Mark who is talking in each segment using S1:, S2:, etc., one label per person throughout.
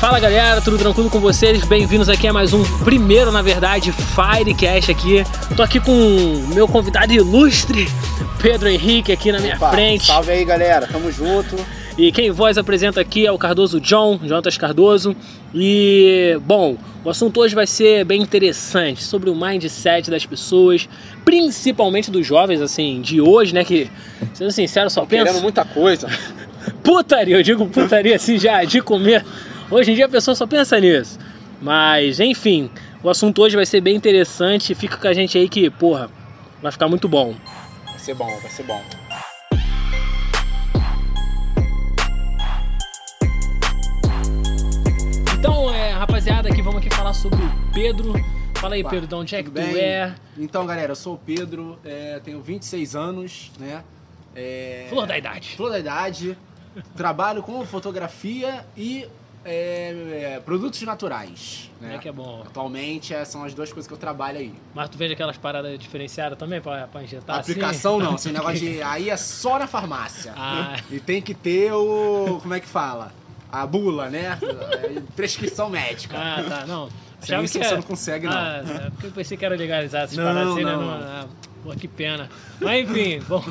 S1: Fala galera, tudo tranquilo com vocês? Bem-vindos aqui a mais um primeiro, na verdade, Firecast aqui. Tô aqui com o meu convidado ilustre, Pedro Henrique, aqui na minha
S2: Opa,
S1: frente.
S2: Salve aí, galera. Tamo junto.
S1: E quem voz apresenta aqui é o Cardoso John, Jonatas Cardoso. E, bom, o assunto hoje vai ser bem interessante sobre o mindset das pessoas, principalmente dos jovens, assim, de hoje, né? Que, sendo sincero, só pensa.
S2: Querendo muita coisa.
S1: Putaria, eu digo putaria assim já de comer. Hoje em dia a pessoa só pensa nisso. Mas, enfim, o assunto hoje vai ser bem interessante. Fica com a gente aí que, porra, vai ficar muito bom.
S2: Vai ser bom, vai ser bom.
S1: Então, é, rapaziada, aqui vamos aqui falar sobre o Pedro. Fala aí,
S3: Opa,
S1: Pedro, de onde é que
S3: tudo
S1: tu
S3: bem?
S1: é?
S3: Então, galera, eu sou o Pedro, é, tenho 26 anos, né? É,
S1: Flor da idade.
S3: flor da idade, trabalho com fotografia e é, é, produtos naturais.
S1: Como
S3: Né?
S1: é que é bom?
S3: Atualmente é, são as duas coisas que eu trabalho aí.
S1: Mas tu vende aquelas paradas diferenciadas também pra, pra injetar assim?
S3: Aplicação não, esse negócio de. Aí é só na farmácia.
S1: Ah.
S3: E tem que ter o. Como é que fala? A bula, né? É, Prescrição médica.
S1: Ah, tá, não.
S3: Sem
S1: Achava
S3: isso
S1: que
S3: você
S1: era...
S3: não consegue, não.
S1: Ah, é porque eu pensei que era legalizar essas
S3: Não,
S1: paradas assim, né?
S3: não.
S1: Não, ah, pô, que pena. Mas enfim, bom.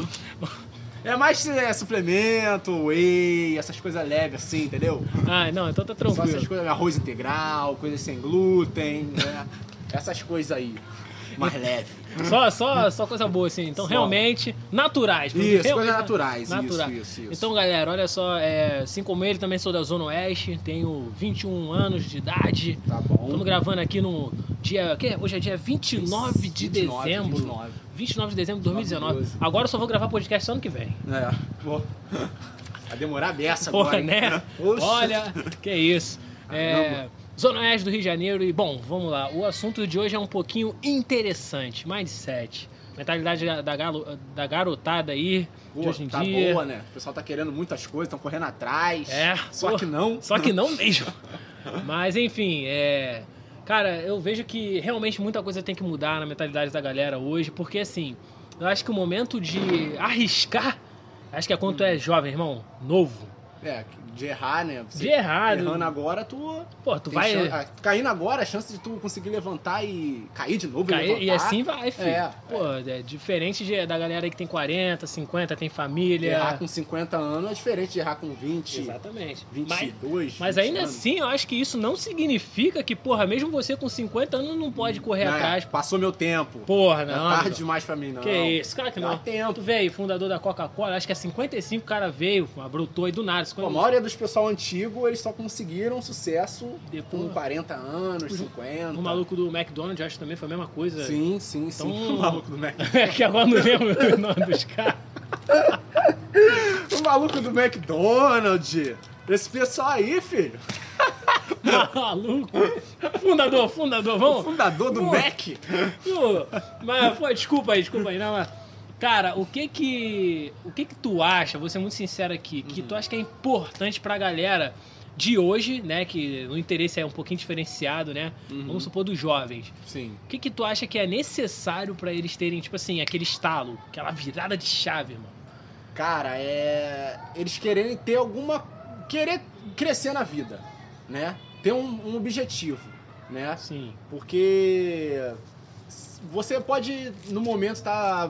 S3: É mais é, suplemento, whey, essas coisas leves assim, entendeu?
S1: Ah, não, então tá
S3: Só essas
S1: tranquilo.
S3: coisas, arroz integral, coisas sem glúten, né? Essas coisas aí. Mais leve.
S1: Só, só, só coisa boa, assim. Então,
S3: Só.
S1: realmente, naturais. porque
S3: Isso,
S1: real-
S3: coisas naturais.
S1: naturais.
S3: Isso, isso, isso.
S1: Então, galera, olha só, é, assim como ele, também sou da Zona Oeste, tenho 21 anos de idade.
S3: tá bom.
S1: Estamos gravando aqui no dia. que é? Hoje é dia 29 de
S3: 29,
S1: dezembro.
S3: 29.
S1: 29 de dezembro de 2019.
S3: 12.
S1: Agora eu só vou gravar podcast ano que vem.
S3: É. Pô. Vai demorar a beça
S1: Porra,
S3: agora. hein?
S1: né?
S3: Oxe. Ah,
S1: Olha, que isso. É, Zona Oeste do Rio de Janeiro e, bom, vamos lá. O assunto de hoje é um pouquinho interessante. Mindset. Mentalidade da, da galo- da garotada aí,
S3: Pô,
S1: de hoje em
S3: tá
S1: dia.
S3: boa, né? O pessoal tá querendo muitas coisas, estão correndo atrás.
S1: É,
S3: Só
S1: pô.
S3: que não.
S1: Só que não mesmo. Mas enfim, é. Cara, eu vejo que realmente muita coisa tem que mudar na mentalidade da galera hoje, porque assim, eu acho que o momento de arriscar, acho que é quando tu
S3: Hum.
S1: é jovem, irmão, novo.
S3: É, de errar, né?
S1: De
S3: Você errando
S1: errado.
S3: agora, tu.
S1: Pô, tu
S3: tem
S1: vai
S3: chan- ah, Caindo agora, a chance de tu conseguir levantar e cair de novo e
S1: cair
S3: levantar.
S1: e assim vai, filho.
S3: É,
S1: Pô, é diferente de- da galera aí que tem 40, 50, tem
S3: De
S1: família.
S3: Errar com 50 anos é diferente de errar com 20,
S1: Exatamente. Mas,
S3: 22.
S1: mas
S3: 20
S1: ainda
S3: anos.
S1: assim, eu acho que isso não significa que, porra, mesmo você com 50 anos não pode correr
S3: Não, é,
S1: atrás.
S3: Passou meu tempo.
S1: Porra,
S3: é
S1: não.
S3: tarde
S1: meu.
S3: demais pra mim, não.
S1: Que isso, cara que
S3: Dá
S1: não.
S3: tempo.
S1: Tu veio, fundador da Coca-Cola, acho que é 55, o cara veio, abrutou aí do nada.
S3: Pô, a
S1: 50,
S3: maioria dos pessoal antigo, eles só conseguiram sucesso
S1: depois,
S3: com 40 anos,
S1: o-
S3: 50.
S1: o maluco do McDonald's, acho que também foi a mesma coisa.
S3: Sim, sim, sim.
S1: Então-
S3: O maluco do Mac.
S1: É que agora eu não lembro o nome dos caras.
S3: O maluco do McDonald's. Esse pessoal aí, filho.
S1: Maluco. Fundador, fundador,
S3: O
S1: vamos.
S3: fundador do
S1: Pô.
S3: Mac.
S1: Pô, mas, pô, desculpa aí, desculpa aí, não, mas, Cara, o que que. O que que tu acha, vou ser muito sincero aqui, que
S3: Uhum.
S1: tu acha que é importante pra galera de hoje, né? Que o interesse é um pouquinho diferenciado, né? Vamos supor dos jovens.
S3: Uhum, Sim.
S1: O que que tu acha que é necessário pra eles terem, tipo assim, aquele estalo, aquela virada de chave, mano?
S3: Cara, é. Eles quererem ter alguma. Querer crescer na vida, né? Ter um, um objetivo, né?
S1: Sim.
S3: Porque. Você pode, no momento, estar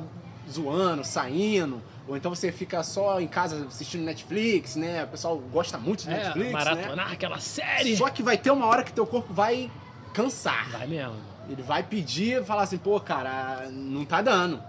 S3: zoando, saindo, ou então você fica só em casa assistindo Netflix, né? O pessoal gosta muito de
S1: É,
S3: Netflix, né?
S1: maratonar aquela série.
S3: Só que vai ter uma hora que teu corpo vai cansar.
S1: Vai mesmo. irmão.
S3: Ele vai pedir, falar assim, pô, cara, não tá dando.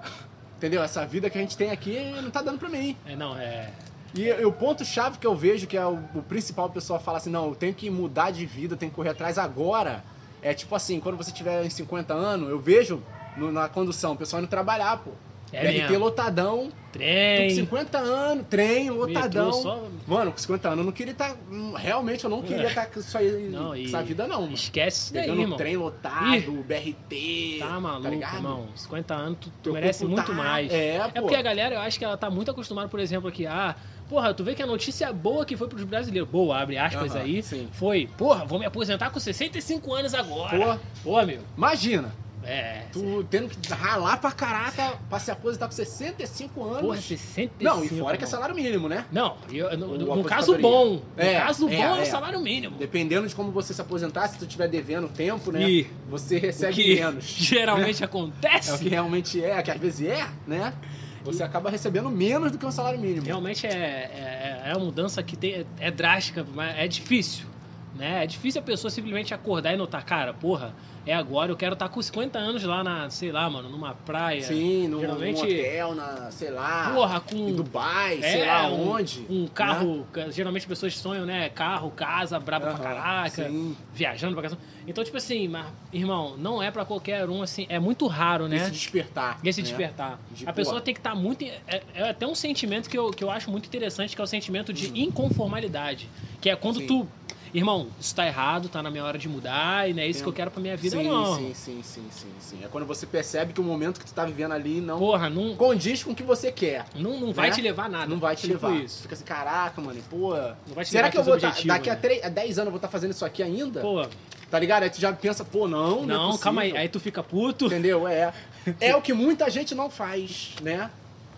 S3: Entendeu? Essa vida que a gente tem aqui não tá dando pra mim.
S1: É, não, é.
S3: E, e o ponto-chave que eu vejo, que é o, o principal, o pessoal fala assim, não, eu tenho que mudar de vida, eu tenho que correr atrás agora. É tipo assim, quando você tiver em 50 anos, eu vejo no- na condução, o pessoal indo trabalhar, pô.
S1: É
S3: RT
S1: mesmo.
S3: lotadão, tô com
S1: Trem.
S3: 50 anos, trem, lotadão.
S1: metrô, só- É.
S3: Mano, com 50 anos eu não queria estar. realmente eu não queria estar com isso aí,
S1: Não,
S3: com
S1: e-
S3: essa vida, não, mano.
S1: Esquece isso daí,
S3: Pegando
S1: irmão.
S3: trem lotado, BRT.
S1: Tá maluco,
S3: ligado?
S1: irmão. 50 anos, tu, tu
S3: Teu
S1: merece
S3: corpo
S1: muito
S3: tá-
S1: mais.
S3: É, pô.
S1: É porque a galera, eu acho que ela tá muito acostumada, por exemplo, aqui, ah, porra, tu vê que a notícia boa que foi pros brasileiros, boa, abre aspas
S3: Aham,
S1: aí,
S3: Sim.
S1: foi, porra, vou me aposentar com 65 anos agora.
S3: Pô,
S1: Pô, meu.
S3: imagina.
S1: É.
S3: Tu tendo que ralar pra caraca pra se aposentar com 65 anos.
S1: Porra, 65.
S3: não, e fora que
S1: mano.
S3: é salário mínimo, né?
S1: Não, eu, no, no-
S3: Ou
S1: no
S3: aposentadoria.
S1: caso bom. No
S3: É,
S1: caso bom
S3: é,
S1: é, o
S3: é.
S1: salário mínimo.
S3: Dependendo de como você se aposentar, se tu tiver devendo tempo, né?
S1: E
S3: Você recebe
S1: que-
S3: menos.
S1: geralmente
S3: É o
S1: acontece.
S3: que realmente é, que às vezes é, né? Você acaba recebendo menos do que um salário mínimo.
S1: Realmente é, é, é uma mudança que tem, é drástica, mas é difícil. Né? É difícil a pessoa simplesmente acordar e notar, cara, porra, é agora, eu quero estar com 50 anos lá na, sei lá, mano, numa praia.
S3: Sim, num, num
S1: é. Geralmente-
S3: hotel, na, sei lá,
S1: Porra,
S3: em
S1: com
S3: Dubai,
S1: É,
S3: sei lá
S1: um-
S3: onde. né?
S1: um carro. ca- Geralmente as pessoas sonham, né? Carro, casa, brabo pra
S3: Aham,
S1: caraca.
S3: Sim.
S1: viajando pra casa. Então, tipo assim, mas, irmão, não é pra qualquer um, assim, é muito raro,
S3: E
S1: né?
S3: se despertar.
S1: E se
S3: né?
S1: despertar.
S3: De
S1: a
S3: boa.
S1: pessoa tem que estar muito. É, é até um sentimento que eu, que eu acho muito interessante, que é o sentimento de
S3: Uhum.
S1: inconformalidade. Que é quando
S3: Sim.
S1: tu. Irmão, isso tá errado, tá na minha hora de mudar, e não é isso
S3: Tem-
S1: que eu quero pra minha vida,
S3: sim,
S1: não.
S3: sim, sim, sim, sim, sim. É quando você percebe que o momento que tu tá vivendo ali não
S1: Porra, não,
S3: condiz com o que você quer.
S1: não, não vai
S3: Né?
S1: te levar a nada.
S3: Não vai te
S1: Tipo
S3: levar.
S1: isso.
S3: Fica assim, caraca, mano, pô.
S1: Não vai te
S3: Será
S1: levar
S3: que eu
S1: teus
S3: vou tá-
S1: objetivos,
S3: daqui a,
S1: né?
S3: 3, a 10 anos eu vou estar fazendo isso aqui ainda?
S1: Pô,
S3: Tá ligado? Aí tu já pensa, pô, não, não, é
S1: não,
S3: possível.
S1: calma aí. Aí tu fica puto.
S3: Entendeu? É. É o que muita gente não faz, né?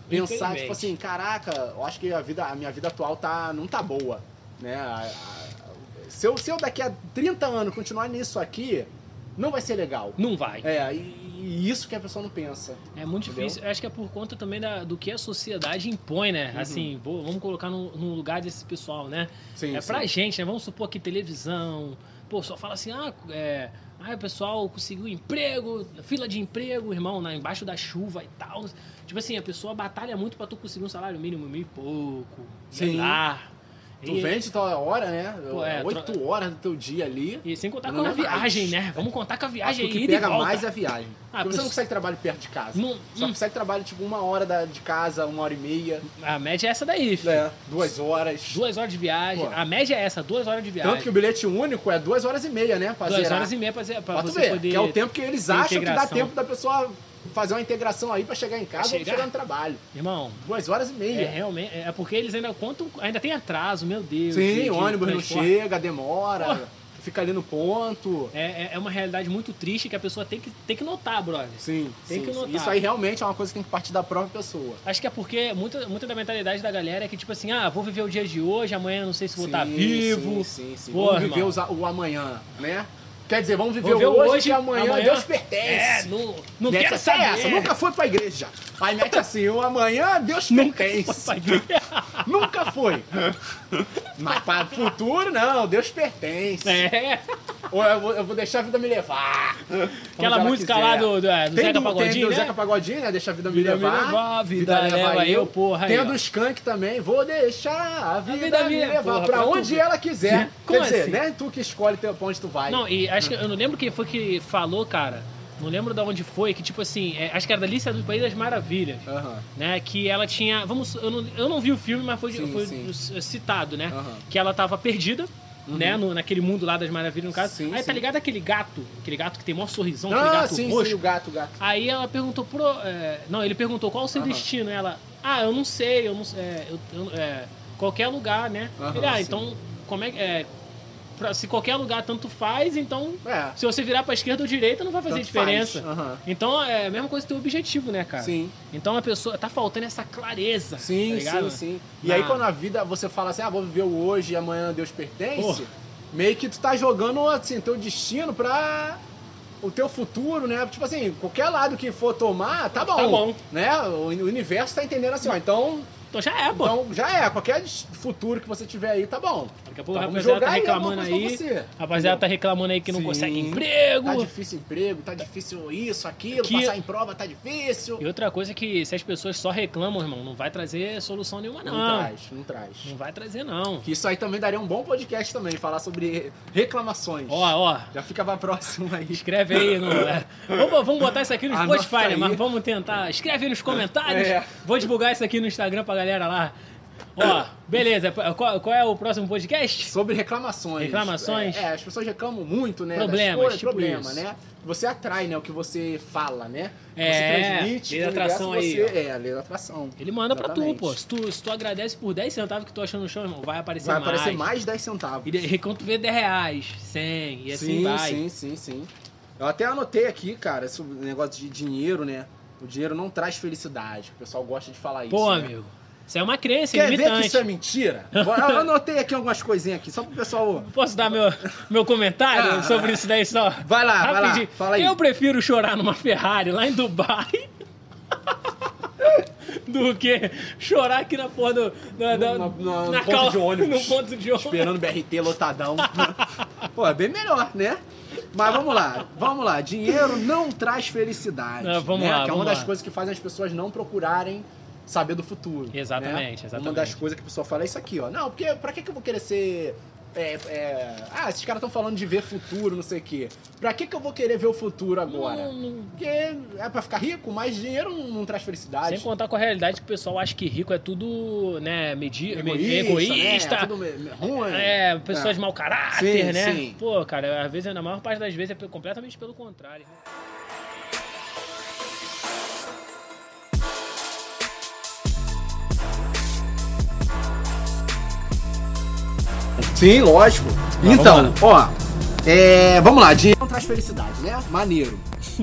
S3: Pensar,
S1: Infelizmente.
S3: tipo assim, caraca, eu acho que a, vida, a minha vida atual tá, não tá boa, né? A- a- Se eu, se eu daqui a 30 anos continuar nisso aqui, não vai ser legal.
S1: Não vai.
S3: É, e, e isso que a pessoa não pensa.
S1: É muito
S3: Entendeu?
S1: difícil. Eu Acho que é por conta também da- do que a sociedade impõe, né?
S3: Uhum.
S1: Assim, vou- vamos colocar no, no lugar desse pessoal, né?
S3: Sim,
S1: é pra gente, né? Vamos supor que televisão. Pô, só fala assim, ah, é. Ah, o pessoal conseguiu emprego, fila de emprego, irmão, na, embaixo da chuva e tal. Tipo assim, a pessoa batalha muito pra tu conseguir um salário mínimo, mil e pouco, sei
S3: Sim.
S1: lá.
S3: Tu
S1: E-
S3: vende tua hora, né?
S1: Pô, é,
S3: Oito
S1: tro-
S3: horas do teu dia ali.
S1: E sem contar
S3: Não
S1: com a
S3: é mais.
S1: viagem, né? Vamos contar com a
S3: Acho que
S1: viagem
S3: o que
S1: aí.
S3: pega mais é a viagem.
S1: Ah,
S3: Porque você
S1: pessoa-
S3: não consegue trabalho perto de casa.
S1: não,
S3: Só consegue trabalho tipo uma hora da- de casa, uma hora e meia,
S1: A média é essa daí, filho.
S3: né? duas horas.
S1: Duas horas de viagem.
S3: Pô.
S1: A média é essa, duas horas de viagem.
S3: Tanto que o bilhete único é duas horas e meia, né? Pra
S1: Duas
S3: zerar.
S1: horas e meia pra, ze- pra
S3: pra tu
S1: você
S3: ver,
S1: poder.
S3: que é o tempo que eles
S1: ter
S3: acham que dá
S1: integração.
S3: tempo da pessoa fazer uma integração aí pra chegar em casa
S1: Pra
S3: ou
S1: chegar?
S3: chegar no trabalho.
S1: Irmão,
S3: Duas horas e
S1: é
S3: meia.
S1: realmente. É porque eles ainda contam. Ainda tem atraso, meu Deus. de-
S3: Sim,
S1: de
S3: o ônibus não
S1: transporte.
S3: chega, demora,
S1: Porra.
S3: tu fica ali no ponto.
S1: É, é- é uma realidade muito triste que a pessoa tem que, tem que notar, brother.
S3: Sim,
S1: Tem
S3: sim,
S1: que
S3: sim.
S1: notar.
S3: Isso aí realmente é uma coisa que tem que partir da própria pessoa.
S1: Acho que é porque muita, muita da mentalidade da galera é que, tipo assim, ah, vou viver o dia de hoje, amanhã não sei se vou
S3: Sim,
S1: estar vivo.
S3: Sim, sim, sim.
S1: Pô,
S3: vamos
S1: irmão.
S3: viver os a- o amanhã, né? Quer dizer, vamos viver,
S1: Vamos ver
S3: o hoje,
S1: hoje,
S3: e amanhã,
S1: amanhã.
S3: Deus pertence.
S1: É, não, não
S3: Mete
S1: quero
S3: essa
S1: saber.
S3: essa, nunca foi pra igreja. Aí mete assim, o amanhã Deus pertence. Nunca foi. Mas para o futuro, não, Deus pertence.
S1: É,
S3: Ou eu vou, eu vou deixar a vida me levar.
S1: aquela música lá do, do, é, do
S3: Tem
S1: Zeca
S3: do, tem
S1: Pagodinho,
S3: do
S1: né?
S3: Zeca Pagodinho, né? Deixa a vida me
S1: Vida
S3: levar.
S1: vida, leva eu, porra.
S3: Tem
S1: aí,
S3: a
S1: ó.
S3: do Skank também. Vou deixar a vida,
S1: vida
S3: me
S1: me-
S3: levar
S1: porra,
S3: pra
S1: pra tu
S3: onde
S1: ver.
S3: ela quiser.
S1: Como
S3: Quer dizer,
S1: assim?
S3: né? Tu que escolhe teu- pra onde tu vai.
S1: Não, e acho que eu não lembro quem foi que falou, cara. Não lembro de onde foi, que tipo assim, é, acho que era da Alice do País das Maravilhas,
S3: Aham,
S1: né? Que ela tinha. Vamos, eu não, eu não vi o filme, mas foi,
S3: Sim,
S1: foi
S3: sim.
S1: c- citado, né?
S3: aham.
S1: Que ela tava perdida,
S3: Uhum.
S1: né? no- naquele mundo lá das maravilhas, no caso.
S3: Sim,
S1: Aí tá
S3: sim.
S1: ligado aquele gato, aquele gato que tem maior sorrisão, aquele
S3: Ah,
S1: gato
S3: sim,
S1: roxo.
S3: sim, o gato, o gato.
S1: Aí ela perguntou pro. é, não, ele perguntou qual o seu
S3: Aham.
S1: destino. Ela, ah, eu não sei, eu não sei. é, eu- eu- é, qualquer lugar, né?
S3: Aham,
S1: ele, ah,
S3: sim.
S1: então, como é que. É, pra- se qualquer lugar tanto faz, então
S3: É.
S1: se você virar pra esquerda ou direita, não vai fazer
S3: tanto
S1: diferença.
S3: faz. Aham.
S1: Então é a mesma coisa que teu objetivo, né, cara?
S3: Sim,
S1: Então a pessoa tá faltando essa clareza. tá
S3: sim,
S1: ligado? Ah.
S3: sim, sim. E
S1: Na-
S3: aí quando a vida você fala assim, ah, vou viver o hoje e amanhã Deus pertence,
S1: Porra.
S3: meio que tu tá jogando assim, teu destino pra o teu futuro, né? Tipo assim, qualquer lado que for tomar, tá bom.
S1: Tá bom.
S3: Né? O uni- o universo tá entendendo assim, ó, então,
S1: Então já é, pô.
S3: então já é, qualquer des- futuro que você tiver aí, tá bom.
S1: Daqui a pouco a
S3: Tá, vamos
S1: rapaziada tá
S3: jogar aí alguma
S1: reclamando
S3: coisa pra
S1: aí.
S3: você.
S1: Rapaziada tá reclamando aí que não
S3: Sim.
S1: consegue
S3: Tá
S1: emprego.
S3: difícil emprego, tá difícil isso, aquilo,
S1: Aqui-
S3: passar em prova tá difícil.
S1: E outra coisa é que se as pessoas só reclamam, irmão, não vai trazer solução nenhuma, não.
S3: Ah, não
S1: Não,
S3: traz, não traz.
S1: vai trazer, não.
S3: Que isso aí também daria um bom podcast também, falar sobre reclamações.
S1: Ó, ó.
S3: Já fica pra próxima aí.
S1: Escreve aí no. é. Vamos, vamos botar isso aqui no
S3: Anota
S1: Spotify, né?
S3: aí.
S1: mas vamos tentar. Escreve aí nos comentários.
S3: É.
S1: Vou divulgar isso aqui no Instagram pra galera lá. Ó, beleza. Qual, qual é o próximo podcast?
S3: Sobre reclamações.
S1: Reclamações.
S3: É, é, as pessoas reclamam muito, né?
S1: Problemas,
S3: das coisas,
S1: tipo
S3: problema,
S1: isso.
S3: né? Você atrai, né, o que você fala, né? você
S1: É,
S3: transmite.
S1: lei da
S3: pro
S1: atração aí,
S3: universo, você- É, lei da atração.
S1: Ele manda pra tu,
S3: Exatamente.
S1: pô. Se tu, se tu agradece por 10 centavos que tu achou no chão, irmão, vai aparecer
S3: Vai
S1: mais. é
S3: aparecer mais 10 centavos.
S1: E de- e quando tu vê 10 reais, 100 e assim
S3: sim,
S1: vai.
S3: sim, sim, sim. Eu até anotei aqui, cara, esse negócio de dinheiro, né? O dinheiro não traz felicidade. O pessoal gosta de falar isso.
S1: Pô,
S3: né?
S1: amigo, isso é uma crença
S3: Quer ver que
S1: limitante.
S3: isso é mentira? Bora- Eu anotei aqui algumas coisinhas aqui, só pro pessoal.
S1: Posso dar meu, meu comentário
S3: Ah.
S1: sobre isso daí só?
S3: Vai lá, Ah, vai lá.
S1: Rapidinho.
S3: Fala aí.
S1: Eu prefiro chorar numa Ferrari lá em Dubai. Do que chorar aqui na porra do. Na, da-
S3: No- no- no
S1: na
S3: ponto
S1: cal-
S3: de ônibus.
S1: No ponto de ônibus.
S3: Esperando o BRT lotadão. Pô, é bem melhor, né? Mas vamos lá, vamos lá. Dinheiro não traz felicidade.
S1: Não, vamos
S3: né?
S1: lá,
S3: Que é uma
S1: vamos
S3: das
S1: lá.
S3: coisas que fazem as pessoas não procurarem saber do futuro. né?
S1: Exatamente, exatamente.
S3: Uma das coisas que o pessoal fala é isso aqui, ó. Não, porque pra que que eu vou querer ser. é, é, Ah, esses caras estão falando de ver futuro, não sei o quê. Pra que que eu vou querer ver o futuro agora?
S1: Não, não-
S3: Porque é pra ficar rico, mas dinheiro não, não traz felicidade.
S1: sem contar com a realidade que o pessoal acha que rico é tudo, né, medi
S3: egoísta,
S1: egoísta,
S3: né? Tudo me- me- ruim.
S1: é, pessoas de mau caráter,
S3: Sim,
S1: né?
S3: sim.
S1: Pô, cara, às vezes, na maior parte das vezes, é pe- completamente pelo contrário.
S3: Sim, lógico.
S1: Mas
S3: então, ó, é, vamos lá, dinheiro não traz felicidade, né? Maneiro.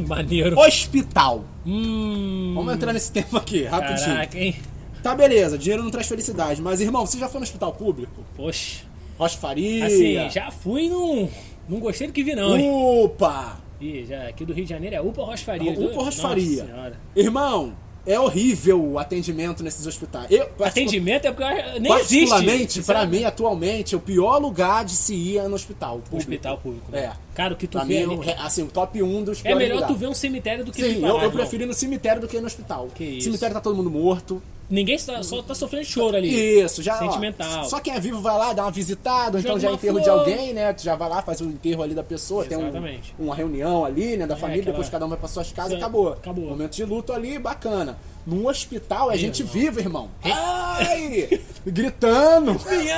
S1: Maneiro.
S3: Hospital.
S1: Hum,
S3: Vamos entrar nesse tema aqui, rapidinho.
S1: Caraca, hein?
S3: Tá, beleza, dinheiro não traz felicidade, mas irmão, você já foi no hospital público?
S1: Poxa.
S3: Rocha Faria.
S1: Assim, já fui num. Não gostei do que vi, não, hein?
S3: Upa!
S1: Ih, já, aqui do Rio de Janeiro é UPA Rocha Faria.
S3: UPA
S1: Nossa
S3: Rocha Faria.
S1: Senhora.
S3: Irmão, é horrível o atendimento nesses hospitais. Eu,
S1: Atendimento é porque eu acho- nem
S3: particularmente,
S1: existe. é
S3: pra mim, atualmente, é o pior lugar de se ir é no hospital público.
S1: O hospital público.
S3: É.
S1: Cara, o que tu
S3: Pra
S1: vê.
S3: mim,
S1: ali-
S3: é, assim, o top 1 dos
S1: É
S3: piores
S1: melhor tu
S3: lugares.
S1: ver um cemitério do que tu ir
S3: Sim,
S1: pra
S3: eu,
S1: lá,
S3: eu
S1: irmão.
S3: prefiro ir no cemitério do que ir no hospital.
S1: Que isso.
S3: Cemitério tá todo mundo morto.
S1: Ninguém tá, só tá sofrendo choro ali.
S3: Isso, já. ó,
S1: Sentimental.
S3: só quem é vivo vai lá, dá uma visitada, ou então
S1: Joga
S3: já é
S1: uma
S3: enterro de
S1: flor.
S3: alguém, né? Tu já vai lá, faz o enterro ali da pessoa,
S1: Exatamente. É,
S3: tem um- uma reunião ali, né? Da família,
S1: aquela-
S3: depois cada um vai pra suas casas
S1: Sim,
S3: e acabou.
S1: acabou.
S3: Momento de luto ali, bacana. No hospital é gente
S1: irmão.
S3: viva, irmão. Ai! gritando!
S1: Minha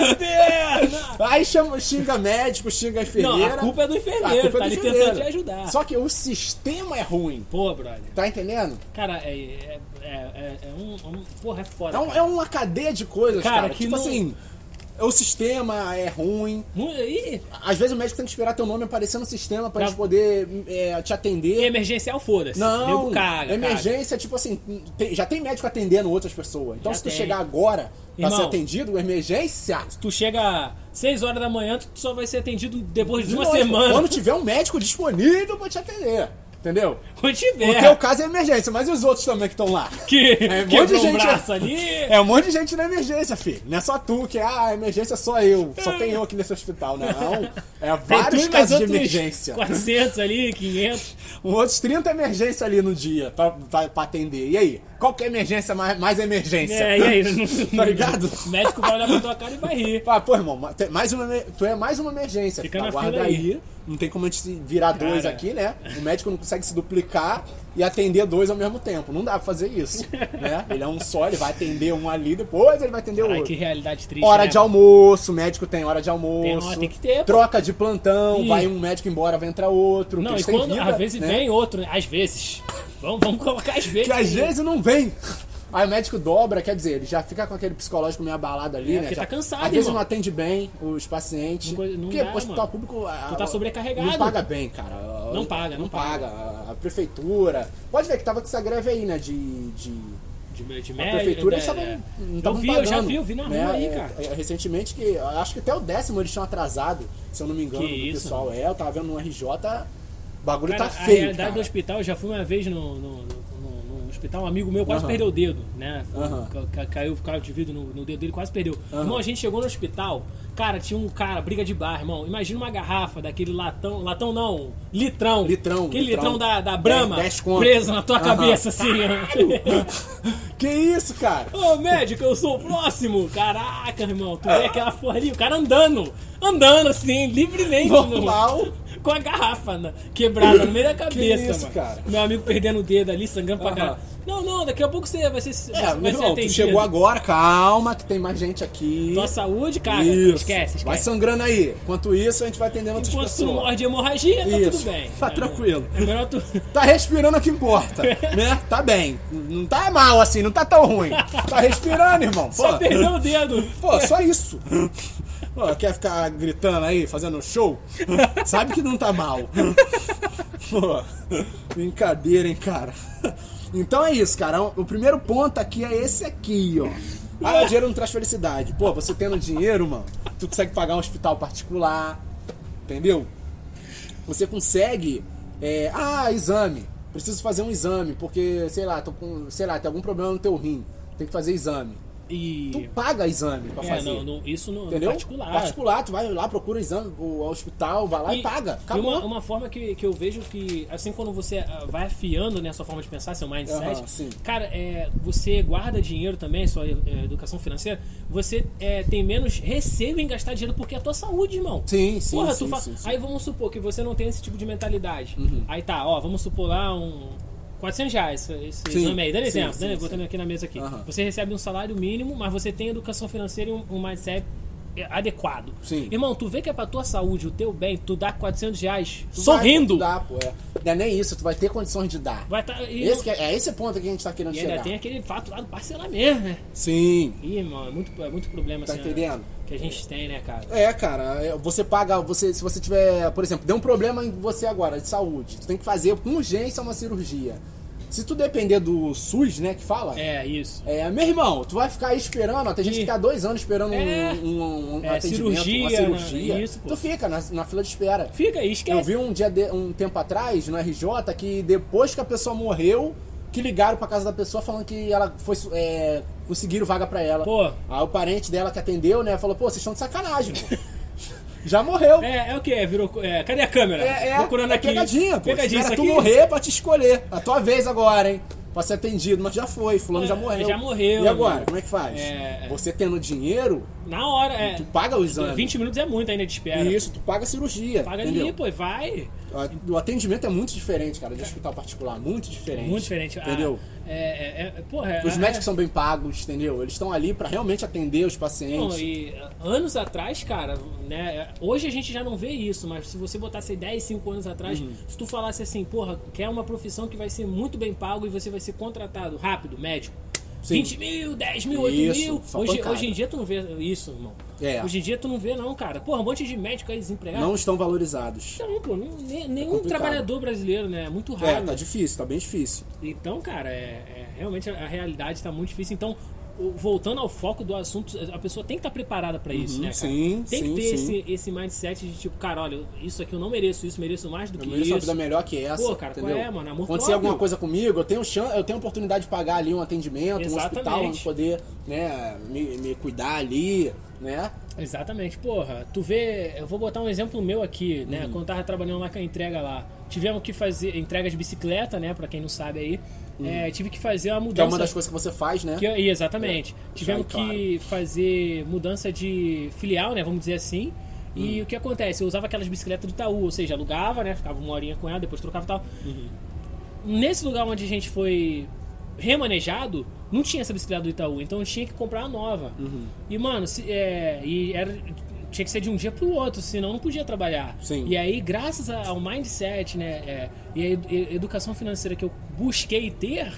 S1: perna!
S3: Aí chama, xinga médico, xinga enfermeira.
S1: Não, a culpa é do
S3: A
S1: enfermeiro,
S3: culpa é
S1: tá
S3: do
S1: ali
S3: enfermeiro.
S1: tentando te ajudar.
S3: Só que o sistema é ruim.
S1: Pô, brother.
S3: Tá entendendo?
S1: Cara, é. É, é, é um, um- Porra, é foda.
S3: É, um-
S1: cara.
S3: é uma cadeia de coisas,
S1: Cara,
S3: cara.
S1: que
S3: tipo
S1: não-
S3: assim, o sistema é ruim.
S1: Mu- Ih,
S3: Às vezes o médico tem que esperar teu nome aparecer no sistema pra
S1: Pra-
S3: eles poder é, te
S1: e
S3: atender.
S1: emergencial, foda-se.
S3: Não,
S1: Nego caga, caga.
S3: emergência, tipo assim, tem- já tem médico atendendo outras pessoas. Então
S1: Já
S3: se tu
S1: tem.
S3: chegar agora pra
S1: Irmão.
S3: ser atendido, emergência.
S1: Tu chega 6 horas da manhã, tu só vai ser atendido depois de, uma
S3: noite,
S1: semana.
S3: Quando tiver um médico disponível pra te atender. Entendeu?
S1: Quando
S3: O
S1: tiver.
S3: teu caso é emergência, mas e os outros também que estão lá?
S1: Que
S3: É, um monte de
S1: quebrou um
S3: gente-
S1: braço ali.
S3: É um monte de gente na emergência, filho. Não é só tu que, ah, emergência só eu. Só tem eu aqui nesse hospital, não. É
S1: É. Tem tu
S3: vários
S1: e mais
S3: casos de
S1: outros
S3: emergência.
S1: 400 ali, 500.
S3: Outros 30 emergências ali no dia pra, pra, pra atender. E aí? Qual que é a emergência mais, mais emergência?
S1: É, e aí?
S3: Tá ligado?
S1: O médico vai olhar pra tua cara e vai rir.
S3: Fala, pô, irmão, ma- tem mais uma, emer- tu é mais uma emergência.
S1: Fica
S3: tá?
S1: na
S3: Guarda
S1: fila aí.
S3: aí. Não tem como a gente se virar dois
S1: Cara.
S3: aqui, né? O médico não consegue se duplicar e atender dois ao mesmo tempo. Não dá pra fazer isso. né? Ele é um só, ele vai atender um ali, depois ele vai atender o
S1: Ai,
S3: outro.
S1: que realidade triste.
S3: Hora
S1: né?
S3: de almoço, médico tem hora de
S1: Tem
S3: almoço.
S1: hora, tem que ter, pô.
S3: Troca de plantão,
S1: Ih.
S3: vai um médico embora, vai entrar outro.
S1: Não,
S3: porque
S1: e
S3: eles têm
S1: quando
S3: vida,
S1: às vezes
S3: né?
S1: vem outro, né? às vezes. Vamos, vamos colocar às vezes.
S3: que às vezes não vem. Aí o médico dobra, quer dizer, ele já fica com aquele psicológico meio abalado ali,
S1: É,
S3: né?
S1: porque
S3: já,
S1: tá cansado,
S3: Às vezes
S1: irmão.
S3: não atende bem os pacientes.
S1: Não coisa- não
S3: porque
S1: dá,
S3: o hospital
S1: mano.
S3: público. a-
S1: Tu tá
S3: a-
S1: sobrecarregado.
S3: Não paga bem, cara.
S1: Não paga, não paga.
S3: A- A prefeitura. Pode ver que tava com essa greve aí, né? De. de
S1: De, de
S3: a
S1: médio, é,
S3: prefeitura eles estavam.
S1: é.
S3: não
S1: Eu
S3: estavam
S1: vi, eu já
S3: pagando,
S1: vi, eu vi na rua
S3: né?
S1: aí,
S3: É,
S1: cara.
S3: é, recentemente, que acho que até o décimo eles tinham atrasado, se eu não me engano,
S1: Que
S3: do
S1: isso,
S3: pessoal. É, eu tava vendo no RJ. O bagulho
S1: Cara,
S3: tá
S1: a
S3: feio.
S1: realidade
S3: cara.
S1: do hospital, eu já fui uma vez no, no, no- no- no hospital, um amigo meu quase
S3: Aham.
S1: perdeu o dedo, né? Foi-
S3: Aham.
S1: ca- ca- Caiu o carro de vidro no, no dedo dele, quase perdeu.
S3: Aham.
S1: Irmão, a gente chegou no hospital, cara, tinha um cara, briga de bar, irmão. Imagina uma garrafa daquele latão, latão não, litrão.
S3: Litrão,
S1: Aquele litrão,
S3: litrão. É,
S1: da, da Brahma,
S3: Dez- dez conto.
S1: preso na tua
S3: Aham.
S1: cabeça, assim.
S3: Que isso, cara?
S1: Ô, médico, eu sou o próximo! Caraca, irmão, tu vê aquela porra ali, o cara andando, andando assim, livremente. no-
S3: Normal.
S1: com a garrafa na- quebrada no meio da cabeça,
S3: isso,
S1: mano.
S3: cara?
S1: Meu amigo perdendo o dedo ali, sangrando pra
S3: Aham.
S1: caralho. Não, não, daqui a pouco você vai ser,
S3: É,
S1: vai
S3: meu
S1: ser
S3: irmão, tu
S1: atendido.
S3: chegou agora, calma, que tem mais gente aqui.
S1: Tua saúde, cara,
S3: Isso.
S1: esquece, esquece.
S3: Vai sangrando aí. Enquanto isso, a gente vai atendendo outras
S1: Enquanto tu não
S3: pessoas.
S1: morre de hemorragia, tá
S3: Isso.
S1: tudo bem.
S3: Tá tranquilo.
S1: É melhor tu...
S3: Tá respirando é o que importa, né? Tá bem. Não tá mal assim, não tá tão ruim. Tá respirando, irmão. Pô,
S1: Só perdeu o dedo.
S3: pô, só isso. Pô, quer ficar gritando aí, fazendo show? Sabe que não tá mal. Pô, brincadeira, hein, cara. Então é isso, cara. O primeiro ponto aqui é esse aqui, ó. Ah, o dinheiro não traz felicidade. Pô, você tendo dinheiro, mano, tu consegue pagar um hospital particular, entendeu? Você consegue. é, ah, exame. Preciso fazer um exame, porque, sei lá, tô com. Sei lá, tem algum problema no teu rim. Tem que fazer exame. Tu
S1: E.
S3: paga exame pra
S1: É,
S3: fazer.
S1: não, não, isso no, no
S3: Entendeu?
S1: particular.
S3: tu vai lá, procura o exame, o hospital, vai lá e, paga.
S1: E
S3: Acabou.
S1: uma, uma forma que, que eu vejo que, assim, quando você ah, vai afiando né, a sua forma de pensar, seu mindset,
S3: Aham, sim.
S1: cara, é, você guarda dinheiro também, sua é, educação financeira, você é, tem menos receio em gastar dinheiro porque é a tua saúde, irmão.
S3: Sim, sim,
S1: Porra,
S3: sim,
S1: tu fa-
S3: sim, sim.
S1: Aí vamos supor que você não tem esse tipo de mentalidade.
S3: Uhum.
S1: Aí tá, ó, vamos supor lá um. 400 reais, esse
S3: Sim,
S1: exame aí, dando
S3: sim,
S1: exemplo,
S3: sim,
S1: dando-
S3: sim.
S1: botando aqui na mesa aqui.
S3: Aham.
S1: Você recebe um salário mínimo, mas você tem educação financeira e um, um mindset é, adequado.
S3: Sim.
S1: Irmão, tu vê que é pra tua saúde, o teu bem, tu dá 400 reais
S3: Tu
S1: sorrindo.
S3: Vai, tu dá, pô, é. Não é nem isso, tu vai ter condições de dar.
S1: Vai tá, e,
S3: Esse que é, é esse ponto que a gente tá querendo
S1: e ainda
S3: chegar.
S1: tem aquele fato lá do parcelamento, né?
S3: Sim.
S1: Ih, irmão, é muito, é muito problema
S3: Tá
S1: assim,
S3: entendendo?
S1: que a gente tem, né, cara?
S3: É, cara, é, você paga, você, se você tiver, por exemplo, deu um problema em você agora de saúde, tu tem que fazer com urgência uma cirurgia. Se tu depender do SUS, né, que fala,
S1: É, isso.
S3: É, meu irmão, tu vai ficar aí esperando, ó, tem gente
S1: Ih.
S3: que fica dois anos esperando um-
S1: É.
S3: um, um, um
S1: É,
S3: atendimento,
S1: cirurgia,
S3: uma
S1: né?
S3: cirurgia.
S1: Isso, pô.
S3: tu fica na, na fila de espera.
S1: Fica aí, esquece.
S3: Eu vi um dia de- um tempo atrás no RJ que depois que a pessoa morreu, que ligaram pra casa da pessoa falando que ela foi su- é, conseguiram vaga pra ela.
S1: Pô.
S3: Aí o parente dela que atendeu, né, falou: "Pô, vocês estão de sacanagem, pô. Já morreu.
S1: É, é o que? Virou. É, cadê a câmera? Procurando
S3: é
S1: aqui.
S3: Pegadinha, pô.
S1: Pegadinha,
S3: Espera
S1: isso aqui-
S3: tu morrer pra te escolher. A tua vez agora, hein? Pra ser atendido, mas já foi, fulano
S1: É,
S3: já morreu.
S1: já morreu,
S3: E agora,
S1: né?
S3: como é que faz?
S1: É.
S3: Você tendo dinheiro,
S1: Na hora, é.
S3: tu paga o exame.
S1: 20 minutos é muito ainda de espera.
S3: Isso, tu paga a cirurgia.
S1: Paga
S3: entendeu?
S1: ali, pô, e vai.
S3: A- O atendimento é muito diferente, cara, de hospital particular. Muito diferente.
S1: Muito diferente. Ah,
S3: É Entendeu?
S1: é, é, é, porra, é,
S3: Os
S1: é-
S3: médicos são bem pagos, entendeu? Eles estão ali pra realmente atender os
S1: Não,
S3: pacientes.
S1: e ah, anos atrás, cara, né? Hoje a gente já não vê isso, mas se você botasse 10, 5 anos atrás,
S3: Uhum.
S1: se tu falasse assim, porra, quer uma profissão que vai ser muito bem pago e você vai ser contratado rápido, médico.
S3: Sim.
S1: 20 mil, 10 mil, 8
S3: Isso,
S1: mil.
S3: só
S1: Hoje,
S3: pancada.
S1: hoje em dia tu não vê isso, irmão.
S3: É.
S1: Hoje em dia tu não vê, não, cara. Porra, um monte de médico aí desempregado.
S3: Não estão valorizados.
S1: Então, pô, não- ne- nenhum
S3: complicado.
S1: trabalhador brasileiro, né? É muito
S3: É,
S1: raro.
S3: tá difícil, tá bem difícil.
S1: Então, cara, é, é- realmente a a realidade tá muito difícil. Então, o- voltando ao foco do assunto, a pessoa tem que estar preparada pra isso,
S3: Uhum,
S1: né, cara?
S3: sim,
S1: tem
S3: sim,
S1: que ter
S3: sim.
S1: Esse, esse mindset de tipo, cara, olha, isso aqui eu não mereço, isso mereço mais do
S3: Eu
S1: que
S3: mereço uma
S1: isso.
S3: vida melhor que essa.
S1: Pô, cara, qual
S3: entendeu?
S1: é, mano? Amor
S3: Acontecer
S1: próprio.
S3: alguma coisa comigo, eu tenho chance, eu tenho oportunidade de pagar ali um atendimento,
S1: Exatamente.
S3: um hospital, onde poder, né, me, me cuidar ali, né?
S1: Exatamente, porra. Tu vê, eu vou botar um exemplo meu aqui,
S3: Uhum.
S1: né? Quando eu tava trabalhando lá com a entrega lá, tivemos que fazer entrega de bicicleta, né? Pra quem não sabe aí, É, tive que fazer uma mudança.
S3: Uhum. Que é uma das coisas que você faz, né?
S1: Que- e exatamente. Tivemos
S3: claro.
S1: que fazer mudança de filial, né? Vamos dizer assim. E
S3: Hum.
S1: o que acontece? Eu usava aquelas bicicletas do Itaú, ou seja, alugava, né? Ficava uma horinha com ela, depois trocava e tal. Nesse lugar onde a gente foi remanejado, não tinha essa bicicleta do Itaú, então eu tinha que comprar uma nova.
S3: Uhum.
S1: E, mano, se- é, e era, tinha que ser de um dia pro outro, senão não podia trabalhar.
S3: Sim.
S1: E aí, graças a- ao mindset, né, é, e a edu- e- educação financeira que eu busquei ter,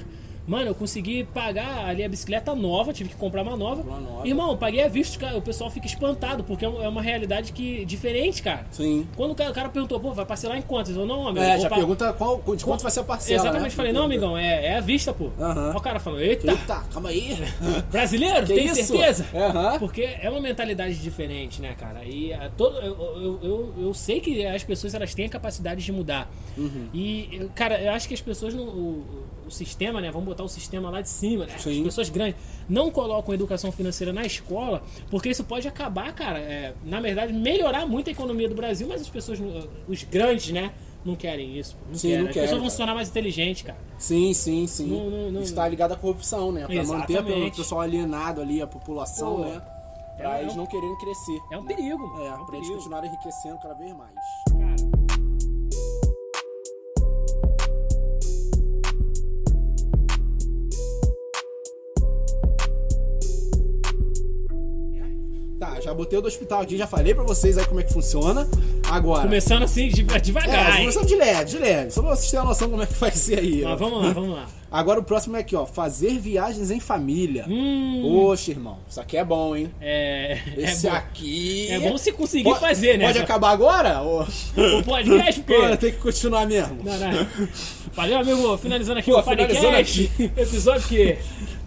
S1: mano, eu consegui pagar ali a bicicleta nova, tive que comprar uma nova.
S3: Uma nova.
S1: Irmão, eu paguei a vista, cara, o pessoal fica espantado, porque é um- é uma realidade que diferente, cara.
S3: Sim.
S1: Quando o cara, o cara perguntou, pô, vai parcelar em quantas? Eu não, amigo. eu
S3: É,
S1: vou
S3: já
S1: pa-
S3: pergunta qual, de quanto vai ser a parcela,
S1: Exatamente,
S3: né?
S1: falei, não, amigão, tá." é, é à vista, pô.
S3: Aham.
S1: Aí O cara falou, eita,
S3: Eita, calma aí.
S1: brasileiro,
S3: Que
S1: tem
S3: isso?
S1: certeza?
S3: Aham.
S1: Porque é uma mentalidade diferente, né, cara? E a todo, eu, eu, eu, eu sei que as pessoas elas têm a capacidade de mudar.
S3: Uhum.
S1: E, eu- cara, eu acho que as pessoas não. O, o sistema, né? Vamos botar o sistema lá de cima, né? As
S3: Sim.
S1: pessoas grandes não colocam educação financeira na escola, porque isso pode acabar, cara. é, na verdade, melhorar muito a economia do Brasil, mas as pessoas, não- eh, os grandes, né? Não querem isso. Não
S3: Sim,
S1: querem.
S3: não
S1: as
S3: querem,
S1: pessoas vão
S3: cara.
S1: se tornar mais inteligentes, cara.
S3: Sim, sim, sim.
S1: Não, não, não.
S3: Está ligado à corrupção, né? Pra manter
S1: Exatamente.
S3: o pessoal alienado ali, a população,
S1: Pô,
S3: né? Pra
S1: é
S3: eles
S1: um-
S3: não quererem crescer.
S1: É um
S3: né?
S1: perigo, mano.
S3: É,
S1: um
S3: pra eles
S1: perigo.
S3: continuarem enriquecendo cada vez mais.
S1: Cara.
S3: Tá, já botei o do hospital aqui, já falei pra vocês aí como é que funciona. Agora.
S1: Começando assim, de-
S3: É,
S1: devagar. hein?
S3: começando de leve, de leve. Só pra vocês terem uma noção como é que vai ser aí. ó.
S1: Mas vamos lá, vamos lá.
S3: Agora o próximo é aqui, ó. Fazer viagens em família.
S1: Hum,
S3: Poxa, irmão. Isso aqui é bom, hein?
S1: é,
S3: Esse
S1: é bom.
S3: aqui.
S1: É bom se conseguir
S3: Pode-
S1: fazer, né?
S3: Pode acabar agora? Ou...
S1: O podcast, porque...
S3: Agora tem que continuar mesmo.
S1: Não, não. Valeu, amigo. Finalizando aqui
S3: Pô,
S1: o podcast.
S3: finalizando
S1: Episódio que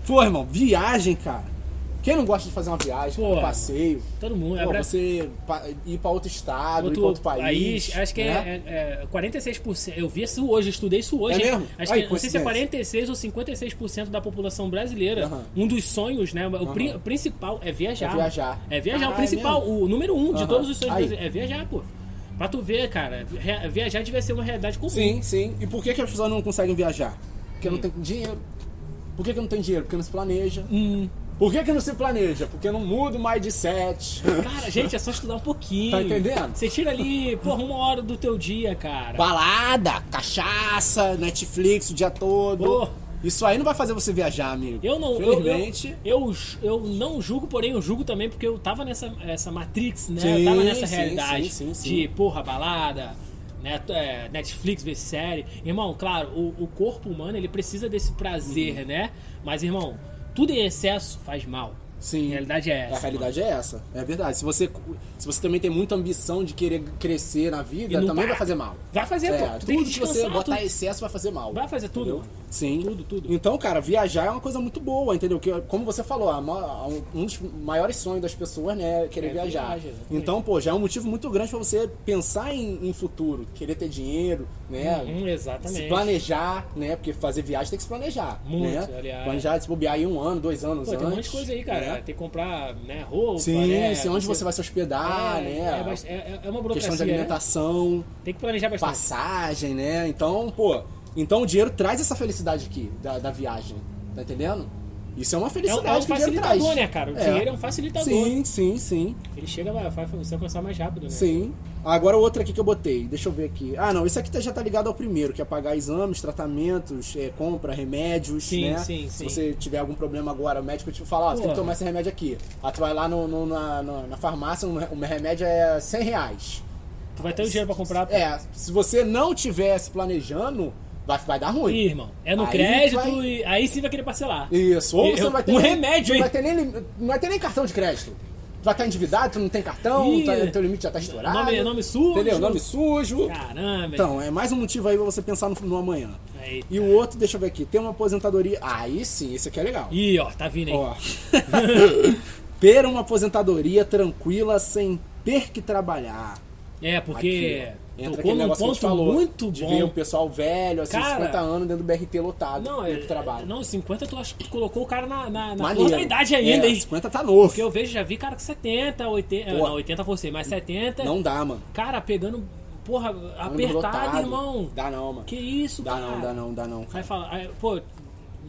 S3: Pô, irmão, viagem, cara. Quem não gosta de fazer uma viagem,
S1: Pô,
S3: um passeio?
S1: todo mundo...
S3: Pô,
S1: abra-
S3: você pa- ir pra outro estado, ir pra outro país.
S1: Acho que
S3: né?
S1: é, é, é 46%. Eu vi isso hoje, estudei isso hoje.
S3: É
S1: hein?
S3: mesmo?
S1: Acho
S3: Ai,
S1: que não sei se é 46
S3: coincidência.
S1: ou 56% da população brasileira.
S3: Aham.
S1: Um dos sonhos, né? O pri-
S3: Aham.
S1: principal é viajar.
S3: É viajar.
S1: É viajar. o
S3: Caralho,
S1: principal, o número um de
S3: Aham.
S1: todos os sonhos
S3: Aí.
S1: brasileiros é viajar, pô. Pra tu ver, cara, re- viajar devia ser uma realidade comum.
S3: Sim, sim. E por que, que as pessoas não conseguem viajar? Porque não tem dinheiro. Por que, que não tem dinheiro? Porque não se planeja.
S1: Hum,
S3: Por que, que não se planeja? Porque não muda o mindset.
S1: cara, gente, é só estudar um pouquinho.
S3: Tá entendendo?
S1: Você tira ali, porra, uma hora do teu dia, cara.
S3: Balada, cachaça, Netflix o dia todo.
S1: Pô.
S3: Isso aí não vai fazer você viajar, amigo.
S1: Eu não, eu, eu,
S3: Felizmente.
S1: eu, eu não julgo, porém eu julgo também porque eu tava nessa essa Matrix, né? eu
S3: Sim,
S1: tava nessa
S3: sim,
S1: realidade
S3: sim, sim, sim.
S1: de porra, balada, né, é, Netflix, ver série. Irmão, claro, o, o corpo humano ele precisa desse
S3: Uhum.
S1: prazer, né? Mas, irmão, tudo em excesso faz mal. A
S3: Sim.
S1: realidade é essa.
S3: A realidade é essa, é verdade. Se você, se você também tem muita ambição de querer crescer na vida,
S1: E não
S3: também
S1: para.
S3: vai fazer mal.
S1: mano. Vai fazer,
S3: É,
S1: pô. Tu
S3: tudo
S1: tem que
S3: que, você
S1: descansar.
S3: botar
S1: tu-
S3: excesso vai fazer mal.
S1: Vai fazer tudo,
S3: entendeu?
S1: mano.
S3: Sim.
S1: Tudo, tudo.
S3: Então, cara, viajar é uma coisa muito boa, entendeu? Que, como você falou, a ma- um- um dos maiores sonhos das pessoas, né, é querer
S1: É
S3: viajar.
S1: viagem, exatamente.
S3: então, pô, já é um motivo muito grande pra você pensar em, em futuro, querer ter dinheiro, né?
S1: Hum,
S3: Se
S1: exatamente.
S3: planejar, né? Porque fazer viagem tem que se planejar.
S1: Muito,
S3: né?
S1: aliás.
S3: Planejar, se bobear aí um ano, dois anos
S1: Pô,
S3: antes.
S1: tem um monte de coisa aí, cara.
S3: né?
S1: Tem que comprar, né, roupa,
S3: Sim,
S1: né?
S3: sim, onde você vai se hospedar,
S1: é,
S3: né?
S1: É, bast- é, é- é uma burocracia,
S3: questão de
S1: né?
S3: alimentação,
S1: Tem que planejar bastante.
S3: passagem, né? Então, pô, então o dinheiro traz essa felicidade aqui da, da viagem, tá entendendo? Isso é uma
S1: É um,
S3: felicidade
S1: é um
S3: que o dinheiro traz.
S1: facilitador, né, cara? O
S3: É.
S1: dinheiro é um facilitador.
S3: Sim, sim, sim,
S1: Ele chega, vai, vai você alcançar mais rápido, né?
S3: sim. Agora outra aqui que eu botei, deixa eu ver aqui. Ah, não, isso aqui tá- já tá ligado ao primeiro, que é pagar exames, tratamentos, é, compra, remédios,
S1: Sim,
S3: né?
S1: sim, sim.
S3: Se você tiver algum problema agora, o médico te fala, ó, você tem que
S1: Porra.
S3: tomar esse remédio aqui. Aí tu vai lá no- no- na, na- na farmácia, um, um remédio é 100 reais.
S1: Tu vai ter o dinheiro pra comprar. pô.
S3: É, se você não tivesse planejando, vai, vai dar ruim.
S1: Ih, irmão. É no
S3: Aí
S1: crédito
S3: vai-
S1: e aí sim vai querer parcelar.
S3: Isso, ou você
S1: Eu-
S3: não vai ter
S1: um
S3: nem-
S1: remédio, hein?
S3: não vai ter nem lim- Não vai ter nem cartão de crédito. Tu vai estar endividado, tu não tem cartão,
S1: Ih,
S3: tá- teu limite já tá estourado.
S1: nome- nome sujo.
S3: Entendeu? Nome sujo.
S1: Caramba.
S3: Então, é mais um motivo aí pra você pensar no, no amanhã.
S1: Aí.
S3: E o outro, deixa eu ver aqui, tem uma aposentadoria. Aí sim, esse aqui é legal.
S1: Ih, ó, tá vindo aí.
S3: Ó. Ter uma aposentadoria tranquila sem ter que trabalhar.
S1: é, porque
S3: ó. Entra
S1: tocou
S3: aquele
S1: num
S3: negócio que a
S1: ponto
S3: gente falou.
S1: muito
S3: de ver o
S1: bom.
S3: pessoal velho, assim,
S1: Cara,
S3: 50 anos dentro do BRT lotado.
S1: Não,
S3: indo
S1: é,
S3: pro trabalho.
S1: não, 50 tu acho que tu colocou o cara na, na, na flor
S3: Maneiro.
S1: da idade ainda,
S3: É,
S1: hein?
S3: 50 tá novo.
S1: Porque eu vejo, já vi cara com 70, 80.
S3: Pô.
S1: Não, 80 você, mas 70.
S3: Não dá, mano.
S1: Cara, pegando, porra,
S3: Ônibus
S1: apertado,
S3: lotado.
S1: irmão.
S3: Dá não, mano.
S1: Que isso,
S3: Dá
S1: cara?
S3: não, dá não, dá não.
S1: Aí fala, aí, pô,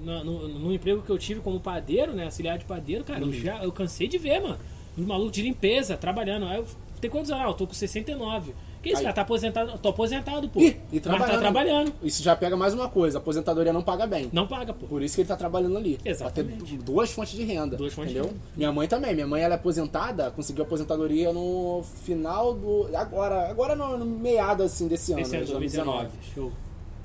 S1: no, no- no emprego que eu tive como padeiro, né? Auxiliar de padeiro, cara,
S3: Uhum.
S1: eu já eu cansei de ver, mano. Os malucos de limpeza, trabalhando. Aí eu tem quantos anos? Ah, eu tô com 69. Que isso,
S3: Aí.
S1: cara? Tá aposentado. Tô aposentado, pô.
S3: Ih, e
S1: Mas tá
S3: trabalhando.
S1: trabalhando.
S3: Isso já pega mais uma coisa, a aposentadoria não paga bem.
S1: Não paga, pô.
S3: Por isso que ele tá trabalhando ali.
S1: Exatamente.
S3: Pra ter du- duas fontes de renda.
S1: Duas fontes
S3: entendeu?
S1: de renda.
S3: Minha mãe também. Minha mãe ela é aposentada, conseguiu aposentadoria no final do. Agora, agora no, no meado assim desse ano.
S1: Esse é
S3: né,
S1: 2019. Show.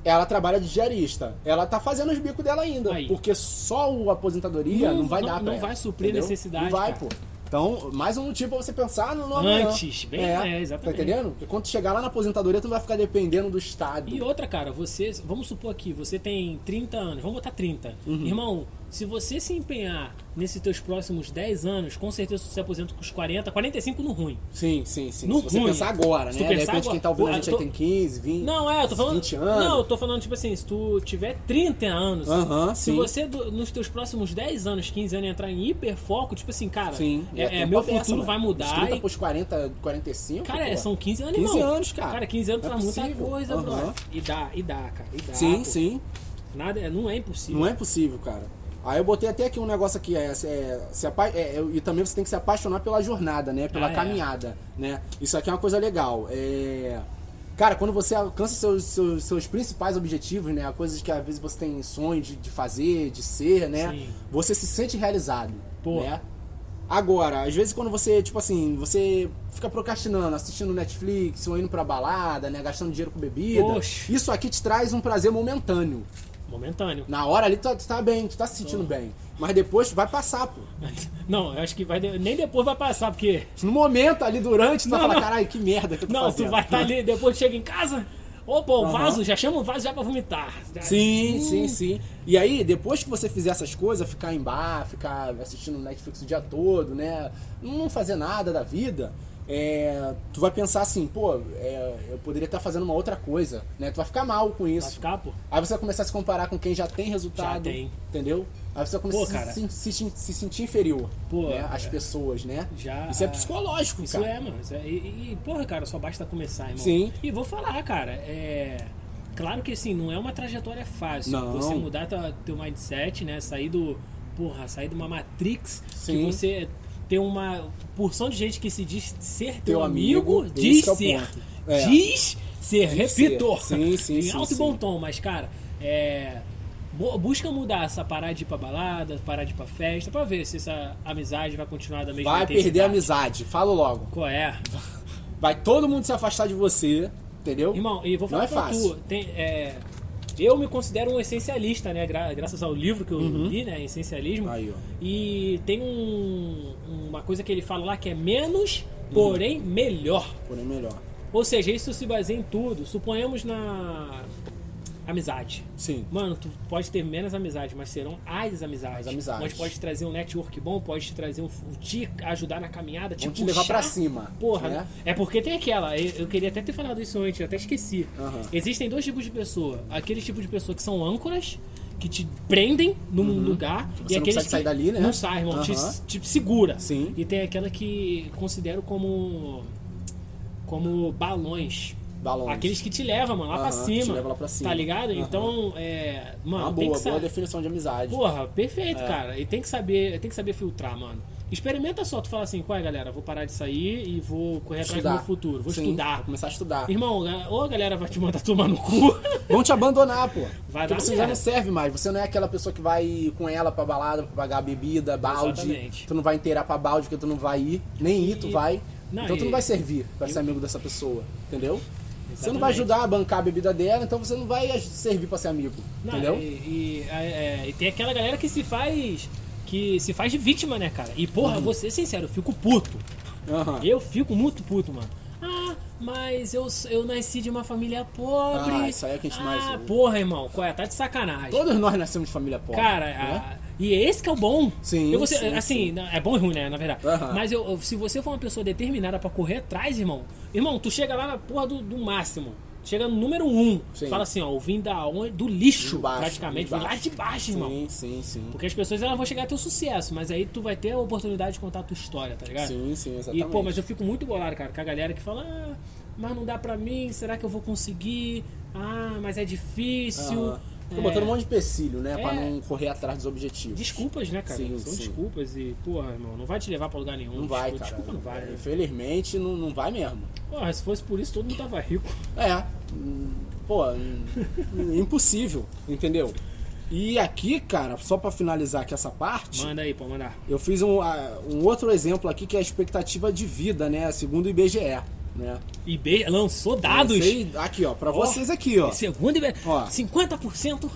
S3: Ela trabalha de diarista. Ela tá fazendo os bicos dela ainda.
S1: Aí.
S3: Porque só o aposentadoria não,
S1: Não-
S3: vai
S1: não-
S3: dar pra
S1: não
S3: ela,
S1: vai suprir a
S3: entendeu?
S1: necessidade,
S3: Não vai,
S1: cara.
S3: pô. Então, mais um motivo pra você pensar no nome
S1: Antes, bem- é, exatamente.
S3: Tá entendendo? Porque quando tu chegar lá na aposentadoria, tu não vai ficar dependendo do Estado.
S1: E outra, cara, você. Vamos supor aqui, você tem 30 anos, vamos botar 30.
S3: Uhum.
S1: Irmão, se você se empenhar nesses teus próximos 10 anos, com certeza você se aposenta com os 40, 45 no ruim.
S3: Sim, sim, sim.
S1: No
S3: Se você
S1: ruim.
S3: pensar agora,
S1: Se
S3: né?
S1: tu
S3: de
S1: pensar
S3: repente, quem tá ouvindo a
S1: agora-
S3: gente
S1: Pô,
S3: aí tem 15, 20.
S1: Não, é, eu tô falando.
S3: 20 anos.
S1: Não, eu tô falando, tipo assim, se tu tiver 30 anos.
S3: Aham,
S1: se
S3: sim.
S1: você, do- nos teus próximos 10 anos, 15 anos, entrar em hiperfoco, tipo assim, cara,
S3: Sim.
S1: é,
S3: já
S1: é,
S3: tem
S1: meu
S3: uma peça,
S1: futuro
S3: mano.
S1: vai
S3: Dos
S1: mudar.
S3: 30
S1: e-
S3: pros 40, 45.
S1: Cara, é,
S3: pô.
S1: são 15 anos,
S3: 15
S1: irmão.
S3: anos, cara.
S1: Cara, 15 anos
S3: Não é
S1: faz muita
S3: possível.
S1: coisa, bro.
S3: Aham.
S1: E dá, e dá, cara. E dá.
S3: Sim,
S1: pô.
S3: sim.
S1: Nada, é- não é impossível.
S3: Não é possível, cara. Aí eu botei até aqui um negócio aqui, é, é, se apa- é, é, e também você tem que se apaixonar pela jornada, né? Pela
S1: Ah, é.
S3: caminhada, né? Isso aqui é uma coisa legal. É... Cara, quando você alcança seus, seus, seus principais objetivos, né? Coisas que às vezes você tem sonho de, de fazer, de ser, né?
S1: Sim.
S3: Você se sente realizado,
S1: Pô.
S3: né? Agora, às vezes quando você, tipo assim, você fica procrastinando, assistindo Netflix, ou indo pra balada, né? Gastando dinheiro com bebida.
S1: Poxa.
S3: Isso aqui te traz um prazer momentâneo.
S1: momentâneo.
S3: Na hora ali tu, tá- tu tá bem, tu tá se sentindo bem. Mas depois vai passar, pô.
S1: Não, eu acho que vai de- nem depois vai passar, porque.
S3: No momento ali durante, tu vai
S1: Não,
S3: falar,
S1: não.
S3: caralho, que merda que eu tô
S1: Não,
S3: fazendo. né?
S1: tu vai estar ali, depois chega em casa. Opa, o
S3: Aham.
S1: vaso, já chama o vaso já pra vomitar.
S3: Sim, sim, sim. E aí, depois que você fizer essas coisas, ficar em bar, ficar assistindo Netflix o dia todo, né? Não fazer nada da vida, é, tu vai pensar assim, pô, é, eu poderia estar fazendo uma outra coisa, né? Tu vai ficar mal com
S1: Vai
S3: isso.
S1: ficar, pô.
S3: Aí você vai começar a se comparar com quem já tem resultado.
S1: Já tem.
S3: Entendeu? Aí você vai
S1: Pô,
S3: começar
S1: cara.
S3: a se, se- se- se sentir inferior
S1: Pô,
S3: né? às
S1: é.
S3: pessoas, né?
S1: Já-
S3: Isso é psicológico,
S1: Isso
S3: cara.
S1: é, mano. Isso é- e, e, porra, cara, só basta começar, irmão.
S3: Sim.
S1: E vou falar, cara, é. Claro que assim, não é uma trajetória fácil.
S3: Não.
S1: Você mudar tua, teu mindset, né? Sair do. Porra, sair de uma Matrix que
S3: Sim.
S1: você tem uma porção de gente que se diz ser teu,
S3: Teu
S1: amigo,
S3: amigo,
S1: diz
S3: esse que é o
S1: ser.
S3: ponto. É.
S1: Diz ser,
S3: ser.
S1: repito.
S3: Sim, sim,
S1: em
S3: sim,
S1: alto e
S3: sim.
S1: bom tom, mas, cara, é. bu- Busca mudar essa parar de ir pra balada, parar de ir pra festa, pra ver se essa amizade vai continuar da mesma
S3: Vai perder a
S1: é intensidade.
S3: amizade, falo logo.
S1: tá. Qual é?
S3: Vai todo mundo se afastar de você, entendeu?
S1: Irmão, e vou falar
S3: Não é
S1: pra
S3: fácil.
S1: tu, tem, é, eu me considero um essencialista, né? gra- graças ao livro que eu li, né? Essencialismo.
S3: Uhum. Aí, ó.
S1: E tem um- uma coisa que ele fala lá que é menos, porém
S3: Uhum.
S1: melhor.
S3: Porém, é melhor.
S1: Ou seja, isso se baseia em tudo. Suponhamos na amizade.
S3: Sim.
S1: Mano, tu pode ter menos amizades, mas serão as amizades.
S3: As amizades.
S1: Mas pode te trazer um network bom, pode te trazer um. te ajudar na caminhada, te
S3: Vão te
S1: puxar.
S3: levar pra cima.
S1: Porra,
S3: né?
S1: é porque tem aquela, eu, eu queria até ter falado isso antes, eu até esqueci.
S3: Aham.
S1: Existem dois tipos de pessoa. Aqueles tipos de pessoa que são âncoras, que te prendem num lugar.
S3: Uhum. Você
S1: e
S3: não
S1: aqueles
S3: consegue
S1: que
S3: sair dali, né?
S1: Não sai, irmão, te,
S3: Aham.
S1: te segura.
S3: Sim.
S1: E tem aquela que considero como. como balões.
S3: Balões.
S1: Aqueles que te levam, mano, lá pra
S3: Aham,
S1: cima.
S3: te leva lá pra cima.
S1: Tá ligado?
S3: Aham.
S1: Então, é. Mano,
S3: Uma
S1: tem
S3: boa,
S1: que sa-
S3: boa É. definição de amizade.
S1: Porra, perfeito, cara. E tem que saber, tem que saber filtrar, mano. Experimenta só, tu fala assim, qual é, galera? Vou parar de sair e vou correr atrás do meu futuro, vou
S3: Sim,
S1: estudar.
S3: Vou começar a estudar.
S1: Irmão, ga- ou a galera vai te mandar tomar no cu.
S3: Vão te abandonar, pô.
S1: Vai
S3: Porque
S1: dar
S3: você
S1: merda.
S3: já não serve mais. Você não é aquela pessoa que vai com ela pra balada, pra pagar bebida, balde.
S1: Exatamente.
S3: Tu não vai inteirar pra balde, porque tu não vai ir. Nem ir, tu
S1: E-
S3: vai.
S1: não,
S3: então tu
S1: e-
S3: não vai servir pra ser amigo dessa pessoa, entendeu? Você não
S1: Exatamente.
S3: vai ajudar a bancar a bebida dela, então você não vai aj- servir pra ser amigo,
S1: Não,
S3: entendeu?
S1: E, e- é, é, e tem aquela galera que se faz. Que se faz de vítima, né, cara? E
S3: Uhum.
S1: porra, vou ser sincero, eu fico puto.
S3: Aham.
S1: Eu fico muito puto, mano. Ah, mas eu, eu nasci de uma família pobre.
S3: Ah, isso aí é o que a gente
S1: ah,
S3: mais ouve.
S1: porra, irmão, qual é? Tá de sacanagem.
S3: Todos nós nascemos de família pobre.
S1: Cara,
S3: né?
S1: a- e esse que é o bom.
S3: Sim,
S1: Eu vou ser-
S3: sim,
S1: assim, não- é bom e ruim, né? Na verdade.
S3: Aham.
S1: Mas eu- eu- se você for uma pessoa determinada pra correr atrás, irmão, irmão, tu chega lá na porra do, do máximo. Chega no número um.
S3: Sim.
S1: Fala assim, ó, eu vim da onde? Do lixo,
S3: De baixo,
S1: praticamente.
S3: de
S1: Vim
S3: baixo.
S1: lá de baixo, irmão.
S3: Sim, sim, sim.
S1: Porque as pessoas elas vão chegar até o sucesso, mas aí tu vai ter a oportunidade de contar a tua história, tá ligado?
S3: Sim, sim,
S1: E,
S3: exatamente.
S1: pô, mas eu fico muito bolado, cara, com a galera que fala, ah, mas não dá pra mim, será que eu vou conseguir? Ah, mas é difícil.
S3: Aham. Fica
S1: É.
S3: botando um monte de empecilho, né? Pra
S1: É.
S3: não correr atrás dos objetivos.
S1: Desculpas, né, cara?
S3: Sim,
S1: São
S3: sim.
S1: desculpas e, porra, irmão, não vai te levar pra lugar nenhum.
S3: Não vai,
S1: desculpa,
S3: cara.
S1: Desculpa, não vai.
S3: É,
S1: né?
S3: Infelizmente, não, não vai mesmo.
S1: Porra, se fosse por isso, todo mundo tava rico.
S3: É. hum, Pô, hum, impossível, entendeu? E aqui, cara, só pra finalizar aqui essa parte,
S1: Manda aí, pô, mandar.
S3: eu fiz um, ah, um outro exemplo aqui que é a expectativa de vida, né? Segundo o IBGE, né?
S1: eBay lançou dados.
S3: Sei- aqui, ó, pra
S1: Ó,
S3: vocês aqui, ó.
S1: Segundo eBay,
S3: Ó.
S1: 50%.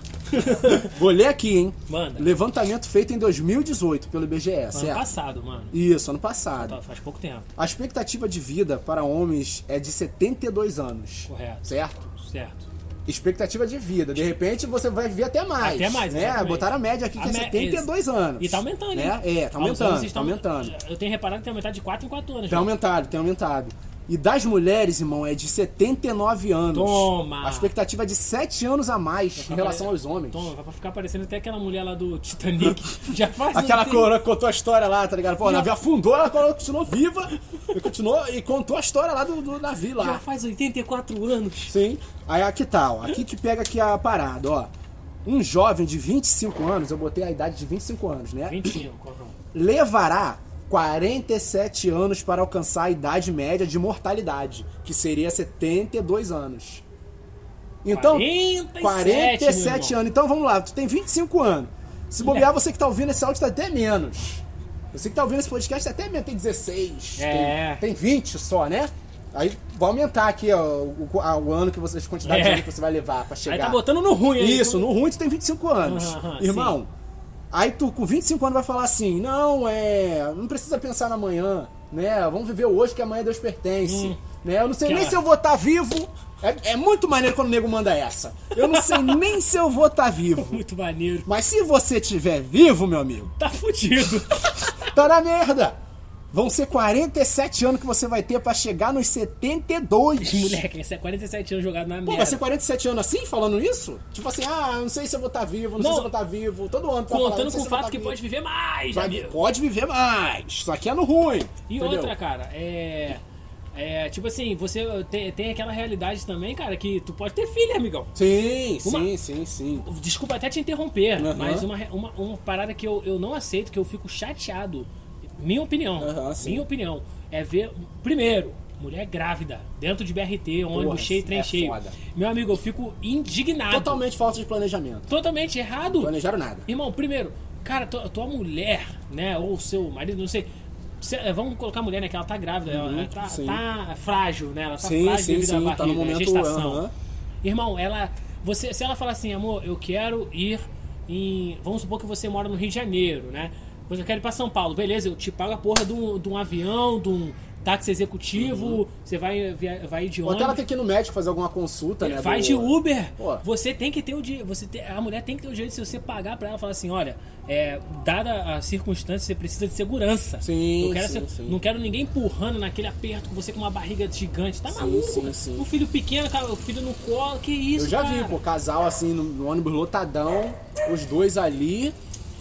S3: Vou ler aqui, hein?
S1: Manda.
S3: Levantamento feito em 2018 pelo IBGE,
S1: Ano
S3: certo?
S1: passado, mano.
S3: Isso, ano passado.
S1: Tá, Faz pouco tempo,
S3: A expectativa de vida para homens é de 72 anos.
S1: Correto.
S3: Certo?
S1: certo.
S3: Expectativa de vida. De repente você vai viver até mais.
S1: Até mais,
S3: Né?
S1: exatamente.
S3: Botaram a média aqui que
S1: A
S3: é
S1: me-
S3: 72
S1: ex-
S3: anos.
S1: E tá aumentando,
S3: né?
S1: hein?
S3: É, tá
S1: Os anos
S3: aumentando. Então, Tá
S1: estão-
S3: aumentado.
S1: Eu tenho reparado que tem aumentado de 4 em 4 anos.
S3: Tem
S1: né?
S3: aumentado, tem aumentado. E das mulheres, irmão, é de 79 anos.
S1: Toma! né?
S3: A expectativa é de 7 anos a mais em relação aos homens.
S1: Toma, vai pra ficar parecendo até aquela mulher lá do Titanic. Já faz um
S3: Aquela
S1: tempo.
S3: coroa que contou a história lá, tá ligado? Pô, o navio afundou, ela continuou viva e continuou e contou a história lá do, do navio lá.
S1: Já faz 84 anos.
S3: Sim. Aí aqui tá, ó. Aqui que pega aqui a parada, ó. Um jovem de 25 anos, eu botei a idade de 25 anos, né?
S1: 25, Corrão.
S3: Levará 47 anos para alcançar a idade média de mortalidade, que seria 72 anos. Então,
S1: 47,
S3: 47
S1: meu é.
S3: anos. Então vamos lá, tu tem 25 anos. Se bobear, você que tá ouvindo esse áudio tá até menos. Você que tá ouvindo esse podcast tá até menos, tem 16.
S1: É.
S3: Tem, tem 20 só, né? Aí vai aumentar aqui, ó, o, o- a- o ano que você, as quantidades de
S1: É.
S3: anos que você vai levar pra chegar.
S1: Aí tá botando no ruim aí.
S3: Isso, no ruim tu tem 25 anos.
S1: Aham, aham,
S3: Irmão, aí tu com 25 anos vai falar assim: não, é. Não precisa pensar na manhã, né? Vamos viver hoje que amanhã Deus pertence.
S1: Hum.
S3: Né? Eu não sei
S1: Que
S3: nem
S1: é.
S3: se eu vou estar vivo. É, é muito maneiro quando o nego manda essa. Eu não sei nem se eu vou estar vivo.
S1: Muito maneiro.
S3: Mas se você estiver vivo, meu amigo,
S1: Tá fudido.
S3: tá na merda. Vão ser 47 anos que você vai ter pra chegar nos 72.
S1: Moleque, esse é 47 anos jogado na merda.
S3: Pô, vai ser 47 anos assim, falando isso? Tipo assim, ah, não sei se eu vou estar vivo, não, sei
S1: Não.
S3: se eu vou estar vivo. Todo ano tu vai falar,
S1: Contando
S3: não sei
S1: com o
S3: se eu vou
S1: fato
S3: tá
S1: que
S3: vivo.
S1: pode viver mais,
S3: Vai-
S1: amigo.
S3: Pode viver mais. Isso aqui é no ruim.
S1: E
S3: entendeu?
S1: outra, cara, é. É, tipo assim, você tem, tem aquela realidade também, cara, que tu pode ter filho, amigão.
S3: Sim,
S1: Uma-
S3: sim, sim, sim.
S1: Desculpa até te interromper,
S3: Aham.
S1: mas uma, uma, uma parada que eu, eu não aceito, que eu fico chateado. Minha opinião.
S3: Aham, sim.
S1: minha opinião. É ver. Primeiro, mulher grávida, dentro de BRT, ônibus
S3: Porra,
S1: cheio, trem
S3: é
S1: cheio.
S3: foda.
S1: Meu amigo, eu fico indignado.
S3: Totalmente falta de planejamento.
S1: Totalmente errado.
S3: Planejaram nada.
S1: Irmão, primeiro, cara, tua, tua mulher, né, ou seu marido, não sei. se- eh, vamos colocar a mulher, né? Que ela tá grávida, ela- ela tá,
S3: sim.
S1: tá frágil, né? Ela tá
S3: Sim,
S1: frágil
S3: sim,
S1: devido à
S3: sim, tá
S1: barriga, né,
S3: no momento, né?
S1: gestação.
S3: aham.
S1: Irmão, ela. Você, se ela falar assim, amor, eu quero ir em. Vamos supor que você mora no Rio de Janeiro, né? Mas eu quero ir pra São Paulo, beleza, eu te pago a porra de um, de um avião, de um táxi executivo, você vai, via- vai de
S3: Uhum. Ou até
S1: ônibus.
S3: ela tem que ir no médico fazer alguma consulta, né?
S1: Vai
S3: do-
S1: de Uber.
S3: Pô.
S1: Você tem que ter o direito. Você tem- a mulher tem que ter o direito de você pagar pra ela falar assim, olha, é, dada a circunstância, você precisa de segurança.
S3: Sim,
S1: não quero,
S3: sim,
S1: ser-
S3: sim.
S1: não quero ninguém empurrando naquele aperto com você com uma barriga gigante. Tá
S3: Sim,
S1: maluco?
S3: sim,
S1: cara?
S3: sim.
S1: Um filho pequeno, cara, o filho no colo, que isso,
S3: Eu já
S1: cara?
S3: vi, pô, casal assim, no, no ônibus lotadão, os dois ali.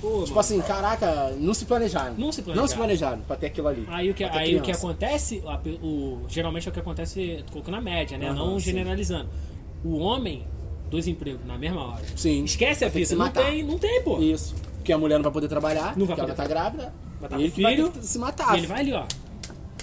S1: Pô,
S3: Tipo
S1: mano.
S3: assim, caraca, não se planejaram.
S1: Não se
S3: Não se planejaram pra ter aquilo ali.
S1: Aí o que,
S3: pra ter
S1: aí o que
S3: criança.
S1: acontece, a pe- o, geralmente é o que acontece, tô colocando na média, né?
S3: Aham,
S1: não
S3: sim.
S1: generalizando. O homem, dois empregos na mesma hora.
S3: Sim.
S1: Esquece a
S3: Vai ter que
S1: vida.
S3: se
S1: Não
S3: matar.
S1: tem, não tem, pô.
S3: Isso. Porque a mulher não vai poder trabalhar,
S1: Não vai
S3: porque ela
S1: poder
S3: tá grávida.
S1: Vai tá
S3: e ele
S1: com
S3: que vai
S1: filho,
S3: ter que se matar.
S1: E ele vai ali, ó.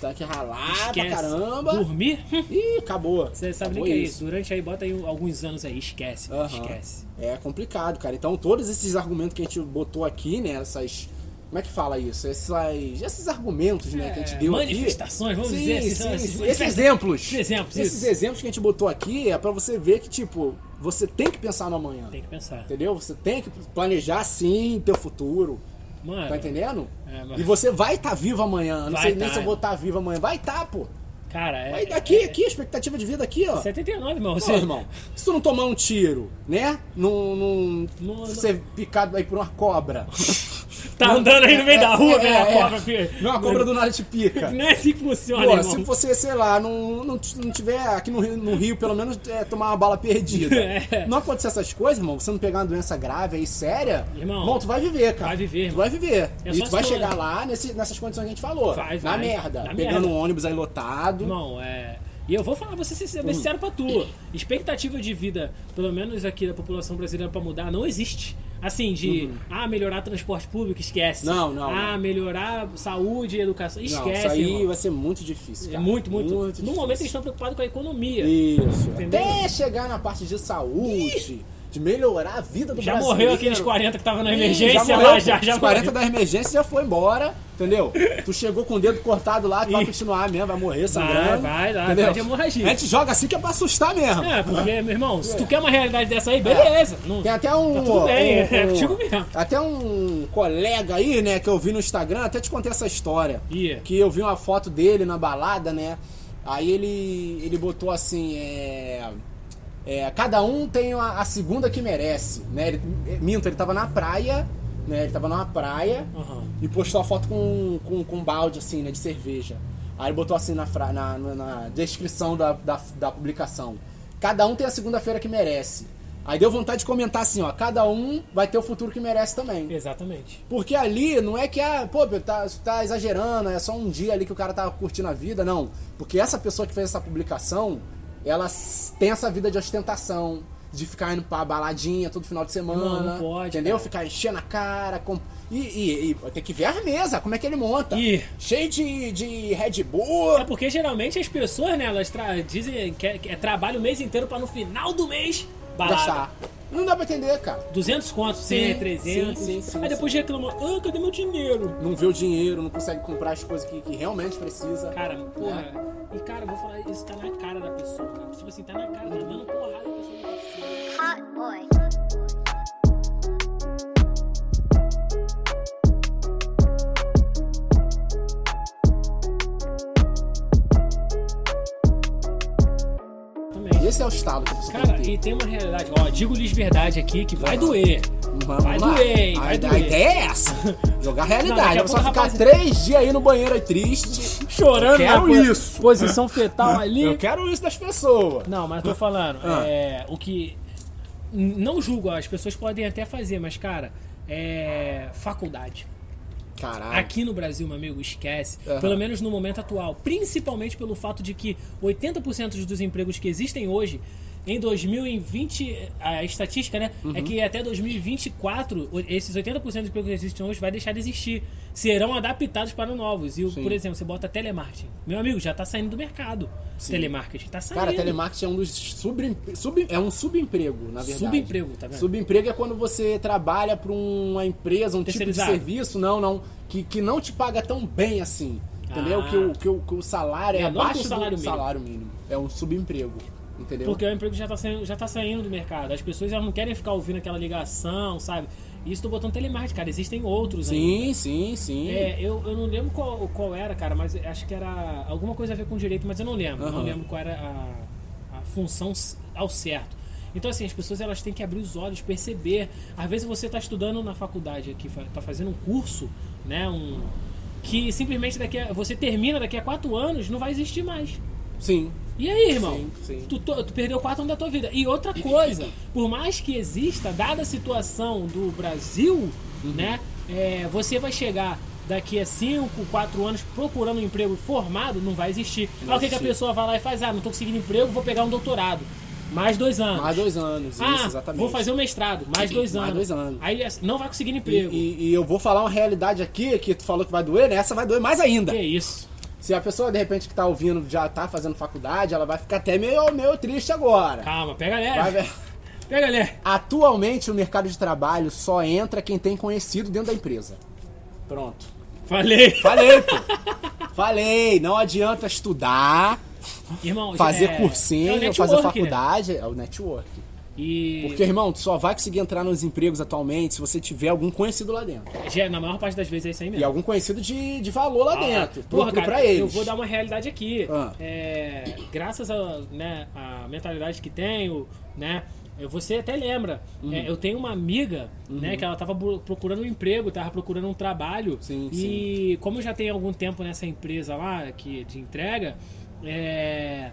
S3: Tá que ralar
S1: Esquece.
S3: pra caramba.
S1: Dormir? Hum,
S3: Ih, acabou.
S1: Você sabe nem
S3: Acabou
S1: que é isso. Durante aí, bota aí alguns anos aí. Esquece.
S3: Aham.
S1: Esquece.
S3: É complicado, cara. Então, todos esses argumentos que a gente botou aqui, né? Essas. Como é que fala isso? Essas, esses argumentos, né? Que a gente
S1: É,
S3: deu
S1: manifestações,
S3: aqui.
S1: vamos
S3: Sim,
S1: dizer. esses-
S3: sim,
S1: esses-
S3: sim.
S1: esses-
S3: Esses exemplos.
S1: esses exemplos,
S3: Esses
S1: isso.
S3: exemplos que a gente botou aqui é pra você ver que, tipo, você tem que pensar no amanhã.
S1: Tem que pensar.
S3: Entendeu? Você tem que planejar sim teu futuro.
S1: Mano,
S3: Tá entendendo?
S1: É, mas-
S3: E você vai estar vivo amanhã. Eu Não
S1: Vai
S3: sei nem
S1: tá.
S3: se eu vou estar vivo amanhã. Vai estar, pô.
S1: cara, é.
S3: Vai, aqui,
S1: é-
S3: aqui, expectativa de vida aqui, ó.
S1: 79, irmão.
S3: Pô,
S1: Você,
S3: irmão, se tu não tomar um tiro, né? Não, não,
S1: Não-
S3: ser picado aí por uma cobra.
S1: Tá andando aí no meio da rua, velho. a
S3: é,
S1: cobra,
S3: é.
S1: filho.
S3: Não, a cobra do nada te pica.
S1: Não é assim que funciona,
S3: Pô,
S1: irmão.
S3: se você, sei lá, não, não, t- não tiver aqui no Rio, no Rio, pelo menos é, tomar uma bala perdida.
S1: É.
S3: Não acontecer essas coisas, irmão, você não pegar uma doença grave aí séria,
S1: Irmão,
S3: tu vai viver, cara.
S1: vai viver,
S3: Tu
S1: irmão.
S3: vai viver.
S1: É
S3: e
S1: só
S3: tu vai
S1: se tu-
S3: chegar lá nesse- nessas condições que a gente falou.
S1: Vai,
S3: na
S1: vai.
S3: merda.
S1: Na
S3: pegando
S1: merda.
S3: um ônibus aí lotado.
S1: Irmão, é. E eu vou falar, vou ser
S3: Hum.
S1: sincero, sincero pra tu. Expectativa de vida, pelo menos aqui da população brasileira, pra mudar, não existe. Assim, de ah, melhorar transporte público, esquece.
S3: Uhum. Não, não,
S1: Ah,
S3: não.
S1: melhorar saúde e educação,
S3: Não,
S1: esquece.
S3: isso aí
S1: irmão.
S3: vai ser muito difícil,
S1: É
S3: cara.
S1: muito, muito. no
S3: difícil.
S1: momento eles estão preocupados com a economia.
S3: Isso.
S1: Entendeu?
S3: Até chegar na parte de saúde, de melhorar a vida do
S1: Já
S3: brasileiro.
S1: morreu aqueles 40 que estavam na
S3: Ih,
S1: emergência
S3: já
S1: lá,
S3: morreu,
S1: já,
S3: pô.
S1: já
S3: Os 40
S1: morreu.
S3: da emergência já foi embora, entendeu? Tu chegou com o dedo cortado lá, tu vai continuar mesmo, vai morrer sangrando.
S1: vai, vai,
S3: entendeu?
S1: vai de hemorragia.
S3: A gente joga assim que é pra assustar mesmo.
S1: É, porque, meu irmão, se
S3: É.
S1: tu quer uma realidade dessa aí, beleza. Não,
S3: Tem até um.
S1: Tá tudo bem,
S3: um-
S1: é
S3: um-
S1: contigo mesmo.
S3: Até um colega aí, né, que eu vi no Instagram, até te contei essa história.
S1: Ih.
S3: Que eu vi uma foto dele na balada, né? Aí ele, ele botou assim, é. é, cada um tem a, a segunda que merece, né? Ele, minto, ele tava na praia, né? Ele tava numa praia
S1: Aham.
S3: e postou a foto com, com, com um balde, assim, né? De cerveja. Aí ele botou assim na, fra- na, na- na descrição da, da, da publicação. Cada um tem a segunda-feira que merece. Aí deu vontade de comentar assim, ó. Cada um vai ter o futuro que merece também.
S1: Exatamente.
S3: Porque ali não é que, ah, pô, Pedro, tá, tá exagerando, é só um dia ali que o cara tá curtindo a vida, não. Porque essa pessoa que fez essa publicação, ela s- tem essa vida de ostentação, de ficar indo pra baladinha todo final de semana.
S1: Não, não pode,
S3: Entendeu?
S1: cara.
S3: Ficar enchendo a cara. com- E, e- e tem que ver a mesa, como é que ele monta.
S1: Ih.
S3: Cheio de, de Red Bull.
S1: É porque geralmente as pessoas, né, elas tra- dizem que é, que é trabalho o mês inteiro pra no final do mês balada.
S3: Gastar. Não dá pra entender, cara.
S1: 200 contos,
S3: Sim,
S1: 100, 300.
S3: sim, sim, sim,
S1: aí depois reclamam, ah, cadê meu dinheiro?
S3: Não vê o dinheiro, não consegue comprar as coisas que, que realmente precisa.
S1: Cara, porra. E, cara, eu vou falar, isso tá na cara da pessoa, cara. Tipo assim, tá na cara, tá dando porrada e a pessoa não participa.
S4: Hot boy.
S1: Também.
S3: Esse é o estado que você
S1: Cara,
S3: tem que
S1: e tem uma realidade, ó, digo-lhes verdade aqui que vai doer.
S3: ter.
S1: vai doer, hein?
S3: A,
S1: Vai
S3: a
S1: doer.
S3: ideia é essa. Jogar a
S1: Não, daqui
S3: realidade.
S1: a
S3: Não, só
S1: pouco,
S3: ficar
S1: rapaz-
S3: três dias aí no banheiro triste.
S1: Chorando,
S3: Quero
S1: na po-
S3: isso.
S1: Posição fetal ali.
S3: Eu quero isso das pessoas.
S1: Não, mas eu tô falando,
S3: Ah.
S1: é, o que. Não julgo, as pessoas podem até fazer, mas, cara, é. Faculdade.
S3: Caralho.
S1: Aqui no Brasil, meu amigo, esquece.
S3: Aham.
S1: Pelo menos no momento atual. Principalmente pelo fato de que 80% dos empregos que existem hoje, em 2020, a estatística, né?
S3: Uhum.
S1: É que até 2024, o- esses 80% dos empregos que existem hoje vai deixar de existir. Serão adaptados para novos. E, o- por exemplo, você bota telemarketing. Meu amigo, já tá saindo do mercado. Telemarketing tá saindo.
S3: Cara, telemarketing é um dos sub, sub, é um subemprego, na verdade.
S1: Subemprego, tá vendo?
S3: Subemprego é quando você trabalha para uma empresa, um tipo de
S1: Terceirizado.
S3: serviço, não, não, que, que não te paga tão bem assim. Entendeu?
S1: Ah.
S3: Que, o, que, o, que o salário é,
S1: Menor que o
S3: abaixo
S1: salário
S3: do
S1: mínimo.
S3: salário mínimo. É um subemprego. Entendeu?
S1: Porque o emprego já tá, saindo, já tá saindo do mercado. As pessoas já não querem ficar ouvindo aquela ligação, sabe? E isso tô botando telemarketing, cara. Existem outros ainda.
S3: Sim, sim, sim.
S1: É, eu, eu não lembro qual, qual era, cara, mas acho que era alguma coisa a ver com direito, mas eu não lembro. Não
S3: Aham.
S1: lembro qual era a, a função s- ao certo. Então, assim, as pessoas elas têm que abrir os olhos, perceber. Às vezes você está estudando na faculdade aqui, fa- tá fazendo um curso, né? Um, que simplesmente daqui a, você termina daqui a quatro anos, não vai existir mais.
S3: Sim.
S1: E aí, irmão?
S3: Sim, sim.
S1: Tu, to- tu perdeu quatro anos da tua vida. E outra coisa, por mais que exista, dada a situação do Brasil,
S3: Uhum.
S1: né? é, você vai chegar daqui a cinco, quatro anos procurando um emprego formado, não vai existir. Aí o que, que a
S3: existe.
S1: pessoa vai lá e faz? Ah, não tô conseguindo emprego, vou pegar um doutorado. Mais dois anos.
S3: Mais dois anos,
S1: ah,
S3: isso, exatamente.
S1: vou fazer um mestrado, mais dois
S3: Mais
S1: anos.
S3: dois anos.
S1: Aí assim, não vai conseguir
S3: e,
S1: emprego.
S3: e, e eu vou falar uma realidade aqui que tu falou que vai doer, né? Essa vai doer mais ainda.
S1: Que isso?
S3: Se a pessoa, de repente, que tá ouvindo já tá fazendo faculdade, ela vai ficar até meio, meio triste agora.
S1: Calma, pega leve.
S3: Vai ver.
S1: Pega leve.
S3: Atualmente, o mercado de trabalho só entra quem tem conhecido dentro da empresa. Pronto.
S1: Falei.
S3: Falei, pô. Falei, não adianta estudar,
S1: Irmão,
S3: fazer
S1: é-
S3: cursinho,
S1: é o
S3: fazer
S1: network, né?
S3: faculdade, é o network.
S1: E
S3: Porque, irmão, tu só vai conseguir entrar nos empregos atualmente se você tiver algum conhecido lá dentro.
S1: já, na maior parte das vezes é isso aí mesmo. Ah,
S3: E algum conhecido de, de valor lá dentro.
S1: Porra,
S3: Procura
S1: cara,
S3: pra eles.
S1: eu vou dar uma realidade aqui.
S3: Ah.
S1: É, graças a, né, a mentalidade que tenho, né? eu- Você até lembra,
S3: Uhum.
S1: é, eu tenho uma amiga, né, que ela tava bu- procurando um emprego, tava procurando um trabalho.
S3: Sim,
S1: e como eu já tenho algum tempo nessa empresa lá que, de entrega, é,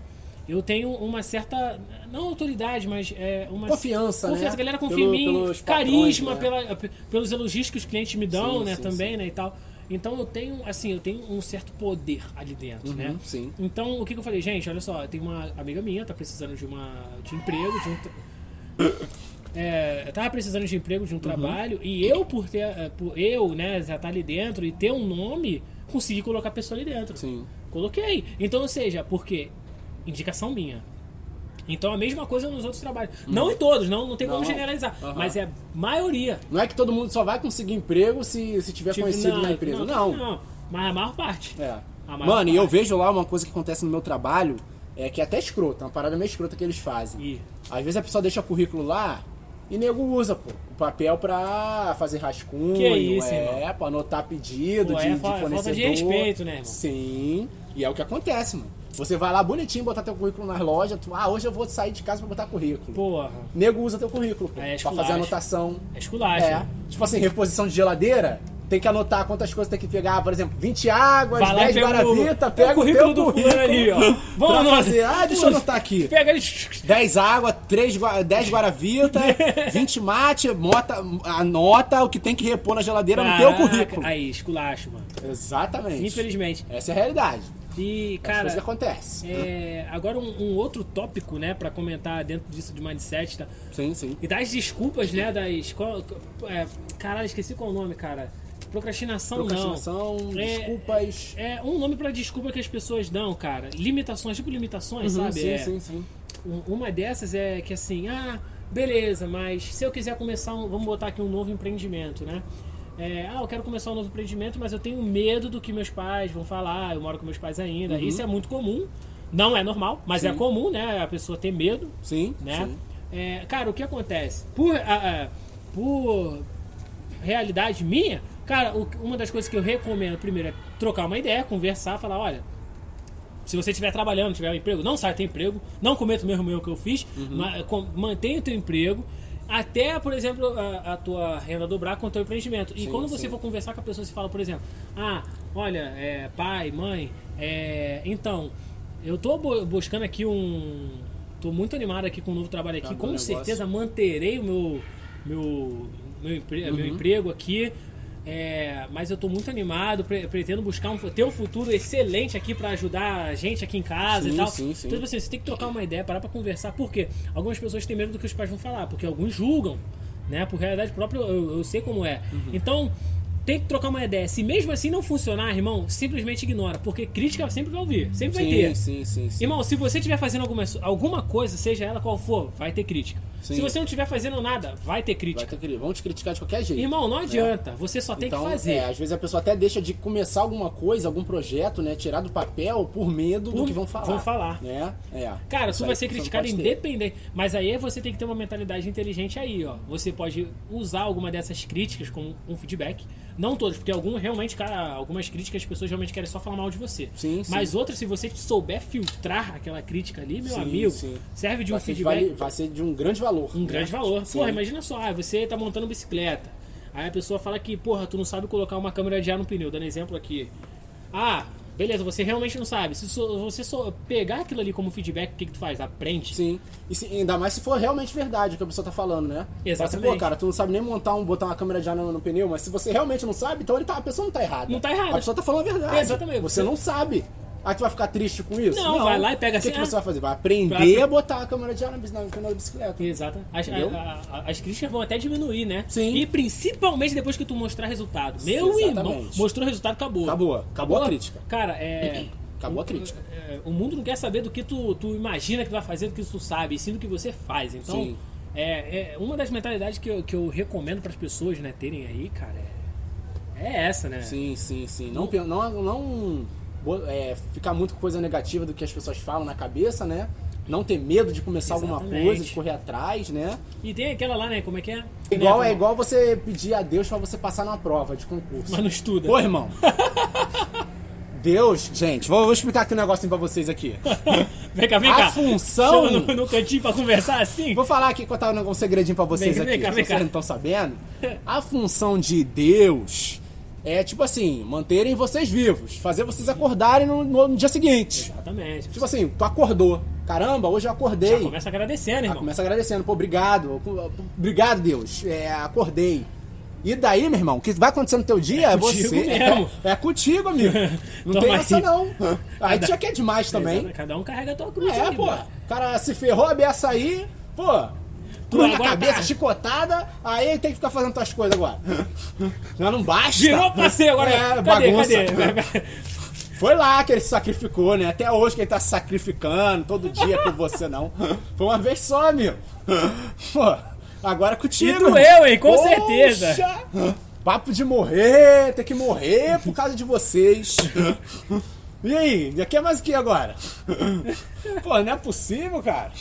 S1: eu tenho uma certa. Não autoridade, mas é, uma
S3: Confiança, né?
S1: Confiança, a galera confia
S3: Pelo-
S1: em mim,
S3: pelos patrões,
S1: carisma,
S3: né?
S1: pela- pe- pelos elogios que os clientes me dão,
S3: Sim,
S1: né,
S3: sim,
S1: também, né, e tal. Então eu tenho, assim, eu tenho um certo poder ali dentro, né?
S3: Uhum, sim.
S1: Então, o que, que eu falei? Gente, olha só, tem uma amiga minha, tá precisando de uma de emprego, de um... tra- É, tava precisando de emprego,
S3: Uhum.
S1: de um trabalho, e eu, por ter... é, Por eu, né, já tá ali dentro e ter um nome, consegui colocar a pessoa ali dentro.
S3: Sim.
S1: Coloquei. Então, ou seja, porque indicação minha. Então a mesma coisa nos outros trabalhos. Não em todos, não, não tem como
S3: Uhum. Não.
S1: generalizar.
S3: Aham.
S1: Mas é a maioria.
S3: Não é que todo mundo só vai conseguir emprego se, se tiver
S1: Tipo,
S3: conhecido na empresa. Não.
S1: Mas a maior parte.
S3: É.
S1: A maior
S3: Mano, e eu
S1: parte.
S3: vejo lá uma coisa que acontece no meu trabalho, é que é até escrota, uma parada meio escrota que eles fazem.
S1: Ih.
S3: Às vezes a pessoa deixa currículo lá e nego usa, pô, o papel pra fazer rascunho,
S1: Que isso,
S3: é, pra anotar pedido
S1: Pô,
S3: de,
S1: é
S3: de
S1: fa- falta de
S3: fornecedor.
S1: respeito, né, irmão?
S3: Sim, e é o que acontece, mano. Você vai lá bonitinho, botar teu currículo nas lojas, tu, ah, hoje eu vou sair de casa pra botar currículo.
S1: Porra,
S3: Nego usa teu currículo, pô,
S1: É,
S3: pra
S1: esculacho.
S3: fazer anotação.
S1: é esculacho.
S3: É.
S1: né?
S3: Tipo assim, reposição de geladeira, tem que anotar quantas coisas tem que pegar. Por exemplo, 20 águas,
S1: Vai lá e
S3: 10
S1: pega o- pega
S3: guaravita, pega
S1: o currículo
S3: teu
S1: do fulano ali, ó. Vamos
S3: pra
S1: anotar.
S3: fazer. Ah, deixa eu anotar aqui.
S1: Pega ele.
S3: 10 água, 3, gua- 10 guaravita, 20 mate, mota, anota o que tem que repor na geladeira no teu
S1: Caraca,
S3: currículo.
S1: Aí, esculacho, mano.
S3: Exatamente.
S1: Infelizmente.
S3: Essa é a realidade.
S1: E,
S3: Cara,
S1: cara,
S3: coisas que acontecem.
S1: é, agora um, um outro tópico, né, pra comentar dentro disso de mindset, tá?
S3: Sim, sim.
S1: E das desculpas, né, das... qual- é, caralho, esqueci qual é o nome, cara. Procrastinação,
S3: Procrastinação,
S1: não. É,
S3: desculpas.
S1: É um nome pra desculpa que as pessoas dão, cara. Limitações, tipo limitações,
S3: Uhum,
S1: sabe?
S3: sim,
S1: É,
S3: sim, sim.
S1: um- Uma dessas é que assim, ah, beleza, mas se eu quiser começar, um, vamos botar aqui um novo empreendimento, né? É, ah, eu quero começar um novo empreendimento, mas eu tenho medo do que meus pais vão falar, eu moro com meus pais ainda. Isso é muito comum, Não é normal, mas é
S3: Uhum. Sim.
S1: comum, né? A pessoa ter medo,
S3: Sim,
S1: né?
S3: sim.
S1: É, cara, o que acontece? Por, a- a- por realidade minha, cara, o- uma das coisas que eu recomendo primeiro é trocar uma ideia, conversar, falar, olha, se você estiver trabalhando, tiver um emprego, não sai do teu emprego, não cometa o mesmo erro que eu fiz, ma- com- mantenha o teu emprego. Até, por exemplo, a, a tua renda dobrar com o teu empreendimento. E quando você for conversar com a pessoa, você fala, por exemplo, ah, olha, é, pai, mãe, é, então, eu tô bu- buscando aqui um. tô muito animado aqui com um novo trabalho aqui.
S3: Tá bom
S1: com
S3: negócio.
S1: certeza manterei o meu, meu, meu, empre-
S3: Uhum.
S1: meu emprego aqui. É, mas eu tô muito animado, pre- pretendo buscar um, fu- ter um futuro excelente aqui pra ajudar a gente aqui em casa e
S3: Sim,
S1: tal.
S3: sim, sim.
S1: Então, tipo assim, você tem que trocar uma ideia, parar pra conversar, porque algumas pessoas têm medo do que os pais vão falar, porque alguns julgam, né? Por realidade própria, eu- eu, eu sei como é.
S3: Uhum.
S1: Então, tem que trocar uma ideia. Se mesmo assim não funcionar, irmão, simplesmente ignora, porque crítica sempre vai ouvir, sempre vai ter.
S3: Sim, sim, sim, sim.
S1: Irmão, se você estiver fazendo alguma, alguma coisa, seja ela qual for, vai ter crítica.
S3: Sim.
S1: Se você não estiver fazendo nada, vai ter
S3: Vai
S1: crítica.
S3: ter que- Vão te criticar de qualquer jeito.
S1: Irmão, não adianta. Você só tem
S3: então,
S1: que fazer.
S3: é, às vezes a pessoa até deixa de começar alguma coisa, algum projeto, né? Tirar do papel por medo do
S1: Por-
S3: que vão falar.
S1: vão falar.
S3: Né? É.
S1: Cara,
S3: Isso
S1: tu
S3: aí
S1: vai ser
S3: você não
S1: criticado
S3: pode ter.
S1: independente. Mas aí você tem que ter uma mentalidade inteligente aí, ó. Você pode usar alguma dessas críticas como um feedback. Não todos, porque algum realmente, cara, algumas críticas as pessoas realmente querem só falar mal de você.
S3: Sim, sim.
S1: Mas outras, se você souber filtrar aquela crítica ali, meu
S3: Sim,
S1: amigo,
S3: sim.
S1: serve de um
S3: Vai ser, de
S1: feedback.
S3: vali- vai ser de um grande valor.
S1: Um
S3: né?
S1: grande valor.
S3: Sim.
S1: Porra, imagina só, ah, você tá montando bicicleta. Aí a pessoa fala que, porra, tu não sabe colocar uma câmera de ar no pneu, dando exemplo aqui. Ah, beleza, você realmente não sabe. Se so- você só pegar aquilo ali como feedback, o que, que tu faz? Aprende.
S3: Sim. E se- ainda mais se for realmente verdade o que a pessoa tá falando, né?
S1: Exatamente.
S3: Fala assim, Pô, cara, tu não sabe nem montar um, botar uma câmera de ar no, no pneu, mas se você realmente não sabe, então ele tá, a pessoa não tá errada.
S1: Não tá errada.
S3: A pessoa tá falando a verdade.
S1: Exatamente.
S3: Você não sabe. Aí tu vai ficar triste com isso?
S1: Não, vai lá e pega
S3: O que,
S1: assim,
S3: que
S1: ah,
S3: você vai fazer? Vai aprender
S1: vai-
S3: a botar a câmera de ar na, bis- na, na bicicleta.
S1: Exato. As,
S3: Entendeu?
S1: a- a- a- as críticas vão até diminuir, né?
S3: Sim.
S1: E principalmente depois que tu mostrar resultado. Meu
S3: Exatamente.
S1: irmão, mostrou resultado, acabou.
S3: Acabou. Acabou a crítica.
S1: Cara, é.
S3: Acabou a
S1: o-
S3: crítica.
S1: é, o mundo não quer saber do que tu, tu imagina que tu vai fazer, do que tu sabe, e sim do que você faz. Então,
S3: Sim.
S1: é, é uma das mentalidades que eu, que eu recomendo para as pessoas né, terem aí, cara, é, é essa, né?
S3: Sim, sim, sim. Não, pe- não, não bo- é, ficar muito com coisa negativa do que as pessoas falam na cabeça, né? Não ter medo de começar alguma
S1: Exatamente.
S3: coisa, de correr atrás, né?
S1: E tem aquela lá, né? Como é que é?
S3: Igual,
S1: Né,
S3: é igual você pedir a Deus pra você passar numa prova de concurso.
S1: Mas não estuda.
S3: Ô, irmão. Deus, gente, vou, vou explicar aqui um negocinho pra vocês aqui.
S1: vem cá, vem
S3: a
S1: cá.
S3: função-
S1: Chama No, no cantinho pra conversar assim?
S3: Vou falar aqui, contar um segredinho pra vocês
S1: Vem cá,
S3: aqui,
S1: vem cá,
S3: se
S1: vem
S3: vocês
S1: cá.
S3: não estão sabendo. A função de Deus é, tipo assim, manterem vocês vivos, fazer vocês acordarem no, no- no dia seguinte.
S1: Exatamente.
S3: Tipo assim, tu acordou. Caramba, hoje eu
S1: Já
S3: acordei.
S1: começa agradecendo,
S3: Ah,
S1: irmão.
S3: começa agradecendo, pô, obrigado, obrigado, Deus, é, acordei. E daí, meu irmão, o que vai acontecer no teu dia é,
S1: contigo
S3: você.
S1: mesmo.
S3: É, é contigo, amigo. Não
S1: Toma
S3: tem
S1: aí. Ah,
S3: essa, não. Aí tu já quer demais também.
S1: Exato, Cada um carrega a tua cruz.
S3: É,
S1: aí,
S3: pô.
S1: mano.
S3: O cara se ferrou a beça aí, pô. Cruz na
S1: agora
S3: cabeça,
S1: tá.
S3: chicotada, aí tem que ficar fazendo tuas coisas agora. Já não basta.
S1: Virou passeio agora.
S3: É,
S1: cadê,
S3: bagunça.
S1: cadê?
S3: Foi lá que ele se sacrificou, né? Até hoje que ele tá se sacrificando, todo dia por você, não. Foi uma vez só, meu. Pô, agora é contigo.
S1: E doeu, hein? Com
S3: Poxa!
S1: certeza.
S3: Papo de morrer, ter que morrer por causa de vocês. E aí, já quer mais o que agora? Pô, não é possível, cara.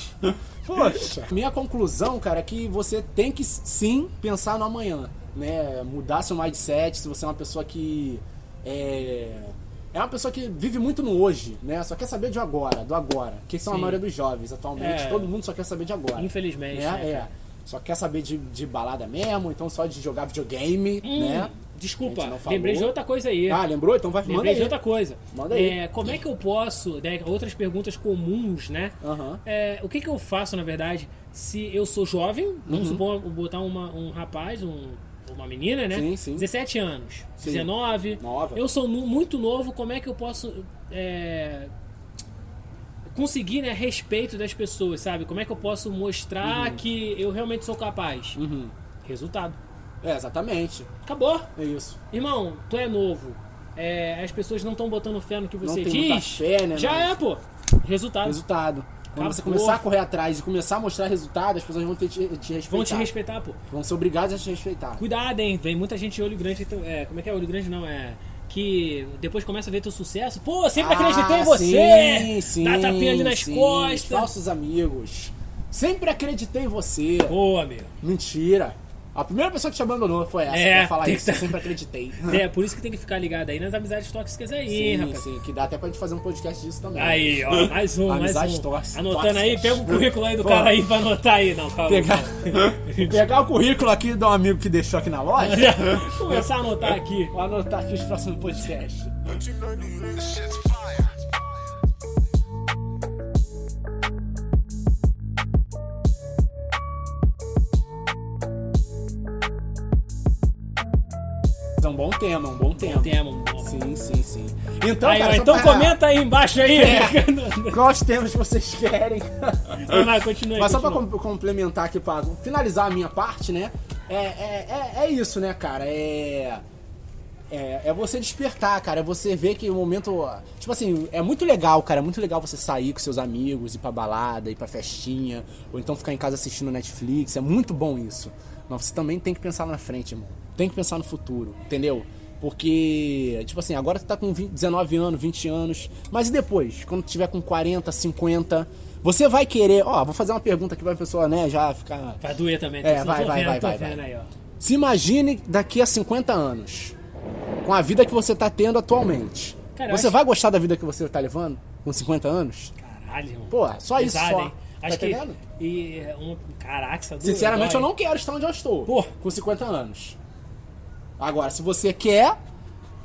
S3: Poxa. Minha conclusão, cara, é que você tem que sim pensar no amanhã, né? Mudar seu mindset, se você é uma pessoa que é é uma pessoa que vive muito no hoje, né? Só quer saber de agora, do agora. Que são a
S1: Sim.
S3: maioria dos jovens atualmente.
S1: É.
S3: Todo mundo só quer saber de agora.
S1: Infelizmente,
S3: né?
S1: né,
S3: É. Só quer saber de, de balada mesmo, então só de jogar videogame,
S1: Hum.
S3: né? A
S1: Desculpa,
S3: gente não falou.
S1: lembrei de outra coisa aí.
S3: Ah, lembrou? Então vai manda
S1: lembrei
S3: aí.
S1: de outra coisa.
S3: Manda aí.
S1: É, como é que eu posso, né, outras perguntas comuns, né?
S3: Aham.
S1: É, o que, que eu faço, na verdade, se eu sou jovem, vamos
S3: Uhum.
S1: supor, eu botar uma- um rapaz, um- uma menina, né?
S3: Sim, sim.
S1: 17 anos,
S3: Sim.
S1: 19.
S3: Nova.
S1: Eu sou nu- muito novo, como é que eu posso é, conseguir né, respeito das pessoas, sabe? Como é que eu posso mostrar que eu realmente sou capaz?
S3: Uhum.
S1: Resultado.
S3: É, exatamente.
S1: Acabou.
S3: É isso.
S1: Irmão, tu é novo. É, as pessoas não estão botando fé no que
S3: Não
S1: você
S3: tem
S1: diz.
S3: muita fé, né,
S1: Já
S3: mas-
S1: é, pô. Resultado.
S3: Resultado. Quando
S1: Acabou.
S3: você começar a correr atrás e começar a mostrar resultado, as pessoas vão te, te respeitar.
S1: Vão te respeitar, pô.
S3: Vão ser obrigadas a te respeitar.
S1: Cuidado, hein? Vem muita gente de olho grande. Então, é, como é que é? Olho grande não, é. que depois começa a ver teu sucesso. Pô, sempre
S3: Ah,
S1: acreditei em você!
S3: Sim, sim.
S1: Dá tapinha ali nas
S3: sim.
S1: costas.
S3: Falsos amigos. Sempre acreditei em você.
S1: Pô, amigo.
S3: Mentira. A primeira pessoa que te abandonou foi essa.
S1: É,
S3: pra falar
S1: tem
S3: isso.
S1: que
S3: Eu
S1: tá-
S3: sempre acreditei.
S1: É, por isso que tem que ficar ligado aí nas amizades tóxicas aí,
S3: Sim,
S1: rapaz.
S3: sim, que dá até pra gente fazer um podcast disso também.
S1: Aí, ó, mais um, mais
S3: Amizades
S1: um.
S3: tóxicas.
S1: Anotando aí, pega o currículo aí do
S3: Pô.
S1: cara aí pra anotar aí. Não, calma.
S3: Pegar, pegar o currículo aqui do amigo que deixou aqui na loja.
S1: Vou começar a é anotar aqui.
S3: Vou anotar aqui os próximos podcasts. É um bom tema, um bom tema.
S1: Tema, bom.
S3: Sim, sim, sim. Então,
S1: Aí, ó,
S3: cara, só
S1: então
S3: pra- É.
S1: comenta aí embaixo aí.
S3: Quais temas vocês querem?
S1: Vai lá, continua aí.
S3: Mas só pra
S1: continua.
S3: com- complementar aqui, pra finalizar a minha parte, né? É, é, é, é isso, né, cara? É, é. É você despertar, cara. É você ver que o momento. ó, Tipo assim, é muito legal, cara. É muito legal você sair com seus amigos, ir pra balada, ir pra festinha, ou então ficar em casa assistindo Netflix. É muito bom isso. Mas você também tem que pensar na frente, irmão. Tem que pensar no futuro, entendeu? Porque, tipo assim, agora tu tá com 20, 19 anos, 20 anos, mas e depois? Quando tu tiver com 40, 50, você vai querer. Ó, vou fazer uma pergunta aqui pra pessoa, né, já ficar.
S1: Vai doer também.
S3: É,
S1: tô-
S3: vai,
S1: tô
S3: vai,
S1: vendo,
S3: vai,
S1: tô
S3: vai,
S1: vendo
S3: vai.
S1: aí, ó.
S3: Se imagine daqui a 50 anos, com a vida que você tá tendo atualmente.
S1: Cara, eu
S3: você
S1: acho-
S3: vai gostar da vida que você tá levando com 50 anos?
S1: Caralho, irmão.
S3: Pô, só isso
S1: Pesado,
S3: só.
S1: hein?
S3: Tá
S1: Acho que.
S3: entendendo?
S1: E, é, um, caraca, isso doeu,
S3: Sinceramente, eu
S1: dói.
S3: não quero estar onde eu estou.
S1: Pô.
S3: Com 50 anos. Agora, se você quer,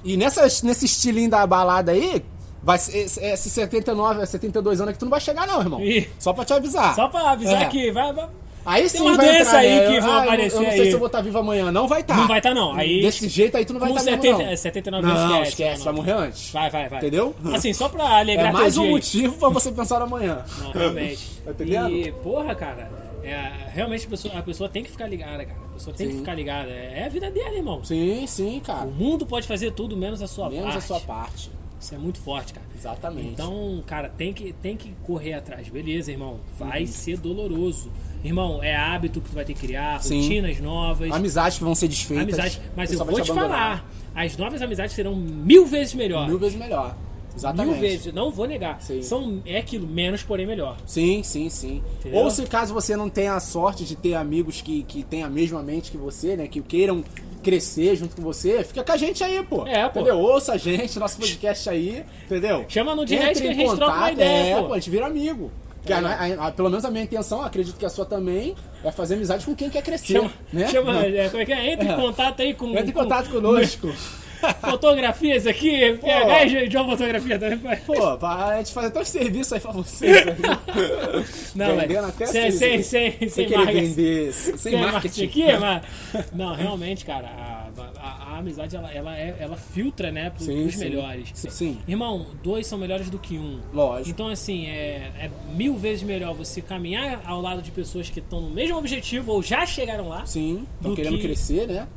S3: e nessa, nesse estilinho da balada aí, vai ser é, esses 79, 72 anos é que tu não vai chegar, não, irmão.
S1: Ih.
S3: Só pra te avisar.
S1: Só pra avisar
S3: É.
S1: aqui, vai. vai.
S3: Aí
S1: Tem
S3: sim
S1: uma
S3: vai
S1: doença
S3: entrar,
S1: aí
S3: né?
S1: que vão
S3: Ah, eu não-
S1: aparecer
S3: Eu não sei
S1: aí.
S3: se eu vou estar vivo amanhã. Não vai estar.
S1: Não vai tá, não. Aí-
S3: Desse jeito aí tu não vai
S1: com
S3: estar vivo,
S1: 70,
S3: não.
S1: é, 79 anos
S3: Não,
S1: esquece,
S3: esquece.
S1: não.
S3: Vai morrer antes.
S1: Vai, vai, vai.
S3: Entendeu?
S1: Assim, só pra alegrar
S3: É
S1: teu
S3: mais um
S1: dia aí.
S3: motivo pra você pensar amanhã.
S1: Não, realmente.
S3: Tá entendendo?
S1: E, porra, cara, é, realmente a pessoa, a pessoa tem que ficar ligada, cara. A pessoa tem que ficar ligada. É a vida dela, irmão.
S3: Sim, sim, cara.
S1: O mundo pode fazer tudo menos a sua
S3: Menos
S1: parte.
S3: a sua parte.
S1: Isso é muito forte, cara.
S3: Exatamente.
S1: Então, cara, tem que, tem que correr atrás. Beleza, irmão.
S3: Uhum.
S1: Vai ser doloroso. Irmão, é hábito que tu vai ter que criar,
S3: Sim.
S1: rotinas novas.
S3: Amizades que vão ser desfeitas.
S1: Amizade, mas
S3: Você
S1: eu
S3: só vai
S1: vou te
S3: abandonar.
S1: falar, as novas amizades serão mil vezes melhor.
S3: Mil vezes melhor. Exatamente.
S1: Mil vezes, não vou negar.
S3: Sim.
S1: São, é aquilo, menos, porém melhor.
S3: Sim, sim, sim.
S1: Entendeu?
S3: Ou se caso você não tenha a sorte de ter amigos que, que têm a mesma mente que você, né? Que queiram crescer junto com você, fica com a gente aí, pô.
S1: É, pô.
S3: Entendeu? Ouça a gente, nosso podcast aí, entendeu?
S1: Chama no direct
S3: direito
S1: que a gente troca uma ideia,
S3: é,
S1: pô.
S3: a gente vira amigo. Que a- a- a- pelo menos a minha intenção, acredito que a sua também, é fazer amizade com quem quer crescer.
S1: Chama,
S3: né?
S1: chama é, como é que é? Entra em
S3: É.
S1: contato aí com.
S3: Entra em
S1: com
S3: contato conosco.
S1: Fotografias aqui, PH e João Fotografia também. pai.
S3: Pô, pra gente fazer tanto serviço aí pra vocês. né?
S1: Não,
S3: Vendendo
S1: velho.
S3: até
S1: sem,
S3: assim,
S1: sem,
S3: né?
S1: sem, sem,
S3: sem querer
S1: marca-
S3: vender, sem,
S1: sem marketing
S3: marketing.
S1: aqui, mas. Não, realmente, cara, a, a- a amizade ela, ela, é- ela filtra, né, pro,
S3: Sim,
S1: pros
S3: sim.
S1: melhores.
S3: Sim.
S1: Irmão, dois são melhores do que um.
S3: Lógico.
S1: Então, assim, é, é mil vezes melhor você caminhar ao lado de pessoas que estão no mesmo objetivo ou já chegaram lá.
S3: Sim, estão
S1: Do
S3: querendo
S1: que-
S3: crescer, né?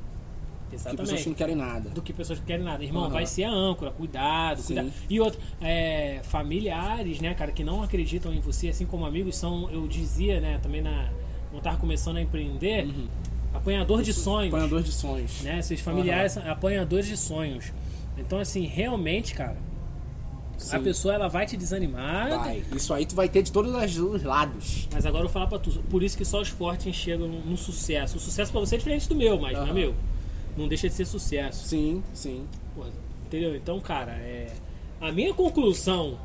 S3: Que pessoas
S1: Exatamente.
S3: que não querem nada.
S1: do que pessoas que querem nada. Irmão,
S3: Aham.
S1: vai ser a âncora, cuidado,
S3: Sim.
S1: cuidado. E outro, é, familiares, né, cara, que não acreditam em você, assim como amigos são, eu dizia, né, também na. Quando tava começando a empreender, apanhador de sonhos.
S3: Uhum. Apanhador de sonhos.
S1: Né? Seus familiares são apanhadores de sonhos. Então, assim, realmente, cara,
S3: Sim.
S1: a pessoa ela vai te desanimar.
S3: Vai. Isso aí tu vai ter de todos as- os lados.
S1: Mas agora eu vou falar pra tu, por isso que só os fortes chegam no sucesso. O sucesso pra você é diferente do meu, mas não é
S3: Aham.
S1: meu. Não deixa de ser sucesso.
S3: Sim, sim.
S1: Pô, entendeu? Então, cara, é... a minha conclusão,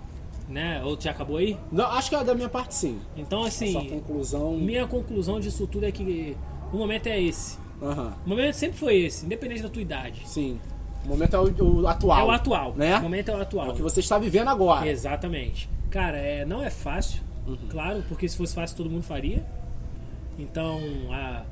S1: né? Ou já acabou aí?
S3: Não, acho que é da minha parte sim.
S1: Então,
S3: Só
S1: assim,
S3: conclusão.
S1: minha conclusão disso tudo é que o momento é esse.
S3: Aham.
S1: O momento sempre foi esse, independente da tua idade.
S3: Sim. O momento é o, o atual.
S1: É o atual.
S3: Né?
S1: O momento é o
S3: É
S1: atual.
S3: o que você está vivendo agora.
S1: Exatamente. Cara, é, não é fácil,
S3: Uhum.
S1: claro, porque se fosse fácil todo mundo faria. Então, a,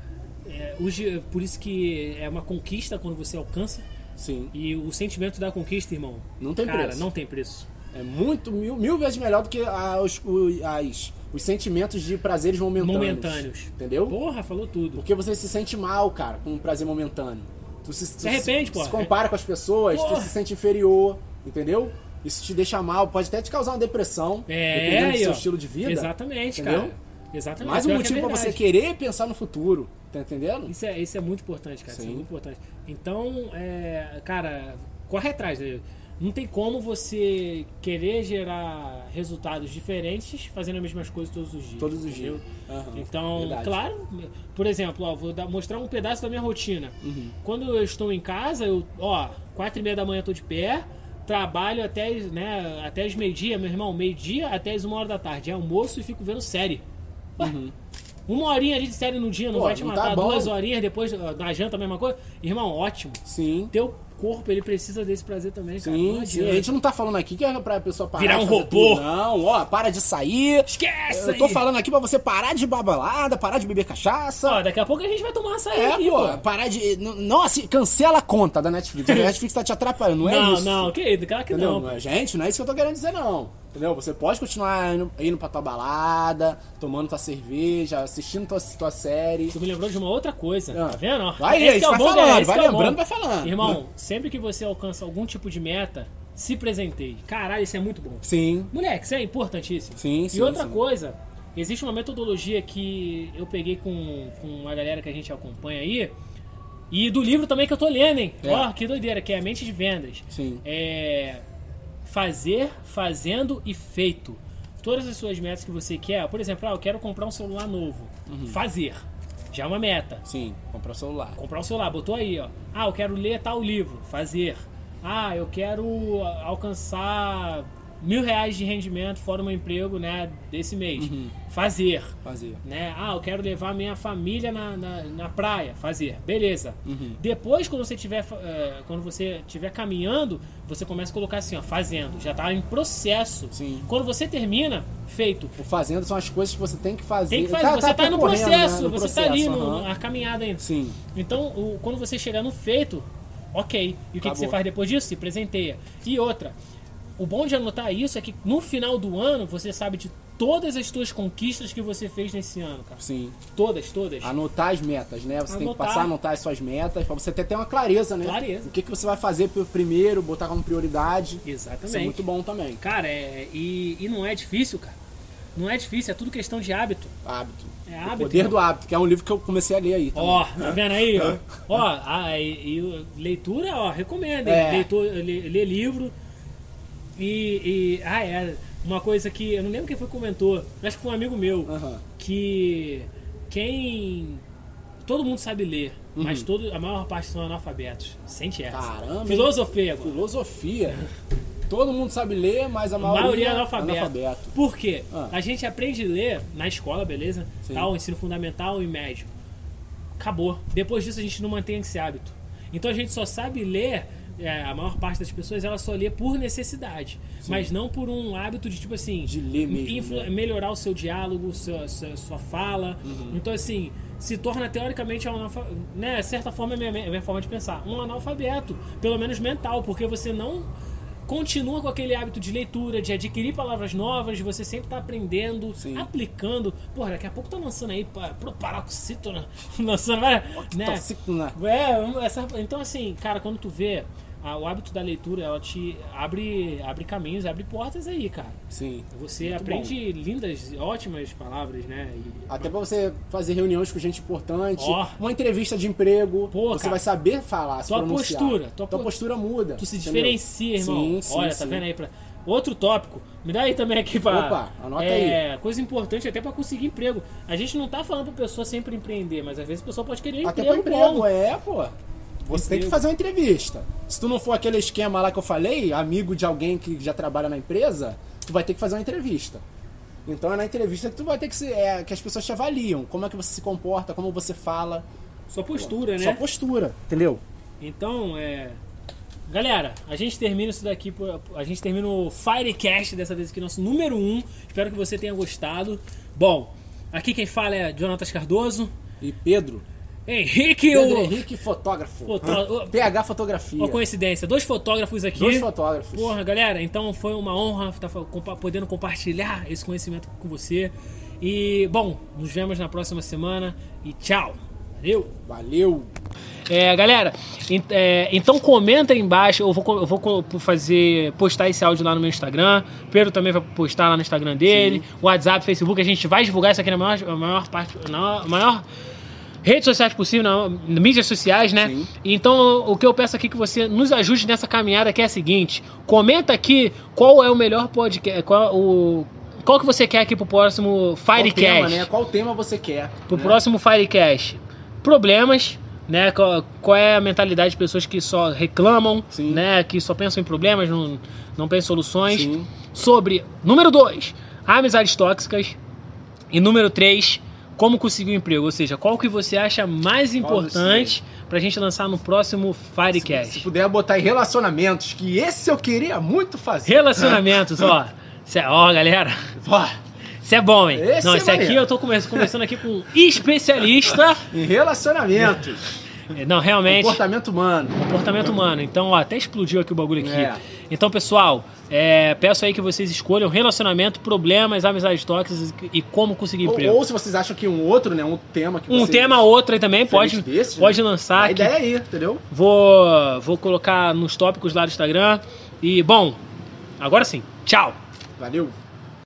S1: é, hoje, por isso que é uma conquista quando você alcança.
S3: Sim.
S1: E o sentimento da conquista, irmão.
S3: Não tem
S1: cara,
S3: preço.
S1: não tem preço.
S3: É muito, mil, mil vezes melhor do que a- os, o- as- os sentimentos de prazeres momentâneos.
S1: Momentâneos.
S3: Então, Entendeu?
S1: Porra, falou tudo.
S3: Porque você se sente mal, cara, com um prazer momentâneo. Tu se, tu se-
S1: arrepende, pô.
S3: se compara com as pessoas,
S1: Porra.
S3: tu se sente inferior, entendeu? Isso te deixa mal, pode até te causar uma depressão, dependendo do
S1: É, aí,
S3: seu
S1: ó.
S3: estilo de vida.
S1: Exatamente,
S3: entendeu?
S1: cara. Exatamente.
S3: Mais um
S1: Pior que é
S3: motivo pra você
S1: verdade.
S3: querer pensar no futuro, tá entendendo?
S1: Isso é, isso é muito importante, cara. Isso é
S3: Sim.
S1: muito importante. Então, é, cara, corre atrás. né? Não tem como você querer gerar resultados diferentes fazendo as mesmas coisas todos os dias.
S3: Todos os
S1: entendeu?
S3: dias. Aham.
S1: Então,
S3: Verdade.
S1: claro, por exemplo, ó, vou dar- mostrar um pedaço da minha rotina.
S3: Uhum.
S1: Quando eu estou em casa, eu, ó, quatro e meia da manhã eu tô de pé, trabalho até, as, né, até as meio-dia, meu irmão, meio-dia até as uma hora da tarde. É almoço e fico vendo série. Ué, Uma horinha ali de série no dia não
S3: Pô,
S1: vai te
S3: não
S1: matar,
S3: tá bom.
S1: duas horinhas depois, ó, na janta a mesma coisa. Irmão, ótimo.
S3: Sim.
S1: Teu corpo, ele precisa desse prazer também, cara. Não
S3: Sim, sim.
S1: adianta.
S3: A gente não tá falando aqui que é pra pessoa parar.
S1: Virar
S3: de
S1: um
S3: fazer
S1: robô.
S3: tudo, Não, ó, para de sair.
S1: Esquece
S3: Eu tô
S1: aí.
S3: falando aqui pra você parar de babalada, parar de beber cachaça.
S1: Ó, daqui a pouco a gente vai tomar açaí
S3: É,
S1: aqui,
S3: pô, parar de. n- Não, assim, cancela a conta da Netflix. A Netflix tá te atrapalhando, não é
S1: não,
S3: isso?
S1: não, querido, claro que
S3: Entendeu?
S1: não.
S3: Mas, Gente, não é isso que eu tô querendo dizer, não. Entendeu? Você pode continuar indo, indo pra tua balada, tomando tua cerveja, assistindo tua, tua série.
S1: Tu me lembrou de uma outra coisa,
S3: Ah.
S1: tá vendo? ó?
S3: Vai,
S1: Esse
S3: gente,
S1: que é o
S3: vai
S1: bom,
S3: falando,
S1: galera, esse
S3: vai
S1: que é o bom.
S3: lembrando, vai falando.
S1: Irmão, sempre que você alcança algum tipo de meta, se presenteie. Caralho, isso é muito bom.
S3: Sim.
S1: Moleque, isso é importantíssimo.
S3: Sim,
S1: e
S3: sim,
S1: outra
S3: sim.
S1: coisa, existe uma metodologia que eu peguei com, com a galera que a gente acompanha aí, e do livro também que eu tô lendo, hein?
S3: É.
S1: Ó, que doideira, que é a mente de vendas.
S3: Sim.
S1: É. Fazer, fazendo e feito. Todas as suas metas que você quer, por exemplo, ah, eu quero comprar um celular novo.
S3: Uhum.
S1: Fazer. Já é uma meta.
S3: Sim, comprar o celular.
S1: Comprar um celular, botou aí, ó. Ah, eu quero ler tal livro, fazer. Ah, eu quero a- alcançar mil reais de rendimento fora o meu emprego, né, desse mês.
S3: Uhum.
S1: Fazer.
S3: Fazer.
S1: Né? Ah, eu quero levar minha família na, na, na praia, fazer. Beleza.
S3: Uhum.
S1: Depois, quando você tiver fa- eh, quando você tiver caminhando, você começa a colocar assim, ó, fazendo. Já tá em processo.
S3: Sim.
S1: Quando você termina, feito.
S3: O fazendo são as coisas que você tem que fazer.
S1: Tem que fazer, você tá, no
S3: percorrendo, né?
S1: processo,
S3: No
S1: você tá ali
S3: processo,
S1: no,
S3: aham.
S1: na caminhada ainda.
S3: Sim.
S1: Então, o- quando você chegar no feito, ok. E o que, que
S3: Acabou.
S1: você faz depois disso? Se presenteia. E outra, o bom de anotar isso é que no final do ano você sabe de todas as suas conquistas que você fez nesse ano, cara.
S3: Sim.
S1: Todas, todas.
S3: Anotar as metas, né? Você tem que
S1: Anotar.
S3: passar a anotar as suas metas pra você até ter uma clareza, né?
S1: Clareza.
S3: O que, que você vai fazer pr- primeiro, botar como prioridade. Isso é
S1: Exatamente.
S3: muito bom também.
S1: Cara, é, e, e não é difícil, cara. Não é difícil, é tudo questão de hábito.
S3: Hábito.
S1: É
S3: O
S1: hábito.
S3: Poder do Hábito, que é um livro que eu comecei a ler aí. também.
S1: Ó, tá vendo aí? ó? Ó, a, e, e leitura, ó, recomendo. hein?
S3: É.
S1: Leitor, lê, lê livro. E, e- Ah, é. Uma coisa que. Eu não lembro quem foi que comentou. Acho que foi um amigo meu.
S3: Aham.
S1: Que. Quem. Todo mundo sabe ler. Mas todo, a maior parte são analfabetos. Sente essa.
S3: Uhum. Caramba, hein?
S1: Filosofia, agora.
S3: Filosofia. Todo mundo sabe ler, mas a
S1: A
S3: maioria,
S1: maioria é analfabeto.
S3: analfabeto.
S1: Por quê?
S3: Ah.
S1: A gente aprende a ler na escola, beleza?
S3: Sim.
S1: Tal, ensino fundamental e médio. Acabou. Depois disso a gente não mantém esse hábito. Então a gente só sabe ler, é, a maior parte das pessoas, ela só lê por necessidade. Mas não por um hábito de, tipo assim...
S3: De ler mesmo,
S1: influ-
S3: né?
S1: Melhorar o seu diálogo, sua, sua, sua fala. Então, assim, se torna teoricamente, um analfa- né, certa forma, é a minha, a minha forma de pensar, um analfabeto. Pelo menos mental, porque você não continua com aquele hábito de leitura, de adquirir palavras novas, você sempre tá aprendendo,
S3: Sim.
S1: aplicando. Porra, daqui a pouco tá lançando aí pa- pro paroxítono, né? lançando várias, né?
S3: Toxicna.
S1: É, essa- então assim, cara, quando tu vê a- o hábito da leitura, ela te abre, abre caminhos, abre portas aí, cara.
S3: Sim.
S1: Você
S3: Muito
S1: aprende lindas, ótimas palavras, né? E-
S3: Até pra você fazer reuniões com gente importante,
S1: Ó.
S3: uma entrevista de emprego,
S1: Pô,
S3: você
S1: cara.
S3: vai saber falar, se
S1: Tua
S3: pronunciar.
S1: postura, tua po-
S3: postura muda.
S1: Tu se
S3: entendeu?
S1: diferencia, irmão.
S3: Sim, sim,
S1: Olha,
S3: sim.
S1: tá vendo aí pra. Outro tópico. Me dá aí também aqui pra.
S3: Opa, anota
S1: é, Coisa importante até pra conseguir emprego. A gente não tá falando pra pessoa sempre empreender, mas às vezes a pessoa pode querer um
S3: Até
S1: emprego.
S3: pra emprego,
S1: bom.
S3: é, pô. Você tem que fazer uma entrevista. Se tu não for aquele esquema lá que eu falei, amigo de alguém que já trabalha na empresa, tu vai ter que fazer uma entrevista. Então é na entrevista que tu vai ter que se, é, que as pessoas te avaliam, como é que você se comporta, como você fala,
S1: Sua postura, né?
S3: sua postura, entendeu?
S1: Então, é. Galera, a gente termina isso daqui. por- A gente termina o Firecast dessa vez aqui, nosso número 1. Um. Espero que você tenha gostado. Bom, aqui quem fala é Jonatas Cardoso.
S3: E Pedro,
S1: Henrique,
S3: Pedro
S1: o.
S3: Henrique fotógrafo.
S1: Foto- o-
S3: PH Fotografia.
S1: Uma coincidência, dois fotógrafos aqui.
S3: Dois fotógrafos.
S1: Porra, galera, então foi uma honra estar fa- compa- podendo compartilhar esse conhecimento com você. E, bom, nos vemos na próxima semana e tchau. Valeu!
S3: Valeu.
S5: É, galera, ent- é, então comenta aí embaixo. Eu vou, co- eu vou co- fazer, postar esse áudio lá no meu Instagram. O Pedro também vai postar lá no Instagram dele. WhatsApp, Facebook, a gente vai divulgar isso aqui na maior, a maior parte. Na maior
S1: redes sociais possível, na, na- mídias sociais, né?
S6: Sim.
S1: Então, o que eu peço aqui que você nos ajude nessa caminhada que é a seguinte: comenta aqui qual é o melhor podcast, qual o qual que você quer aqui pro próximo
S3: Qual
S1: Firecast,
S3: tema, né? Qual tema você quer?
S1: pro
S3: né?
S1: próximo Firecast. Problemas, né? Qual, qual é a mentalidade de pessoas que só reclamam,
S3: Sim.
S1: né? Que só pensam em problemas, não não pensam em soluções
S3: Sim.
S1: sobre número 2, amizades tóxicas e número 3, como conseguir um emprego, ou seja, qual que você acha mais importante pra gente lançar no próximo
S3: Se
S1: Firecast.
S3: puder botar em relacionamentos, que esse eu queria muito fazer. Né?
S1: Relacionamentos, ó. Cê- ó, galera,
S3: Ó,
S1: isso é bom, hein?
S3: Esse
S1: Não,
S3: é
S1: isso aqui
S3: maneiro.
S1: eu tô conversa- conversando aqui com um especialista.
S3: em relacionamentos.
S1: Não, realmente,
S3: Comportamento humano.
S1: comportamento humano. Então, ó, até explodiu aqui o bagulho aqui.
S3: É.
S1: Então, pessoal, é, peço aí que vocês escolham relacionamento, problemas, amizades tóxicas e- e como conseguir
S3: Ou,
S1: emprego.
S3: ou se vocês acham que um outro, né? Um tema que
S1: Um
S3: vocês-
S1: tema ou outro aí também,
S3: Diferente
S1: pode,
S3: desse, né?
S1: pode lançar
S3: A
S1: aqui.
S3: ideia é aí, entendeu?
S1: Vou, vou colocar nos tópicos lá do Instagram. E, bom, agora sim. Tchau!
S3: Valeu.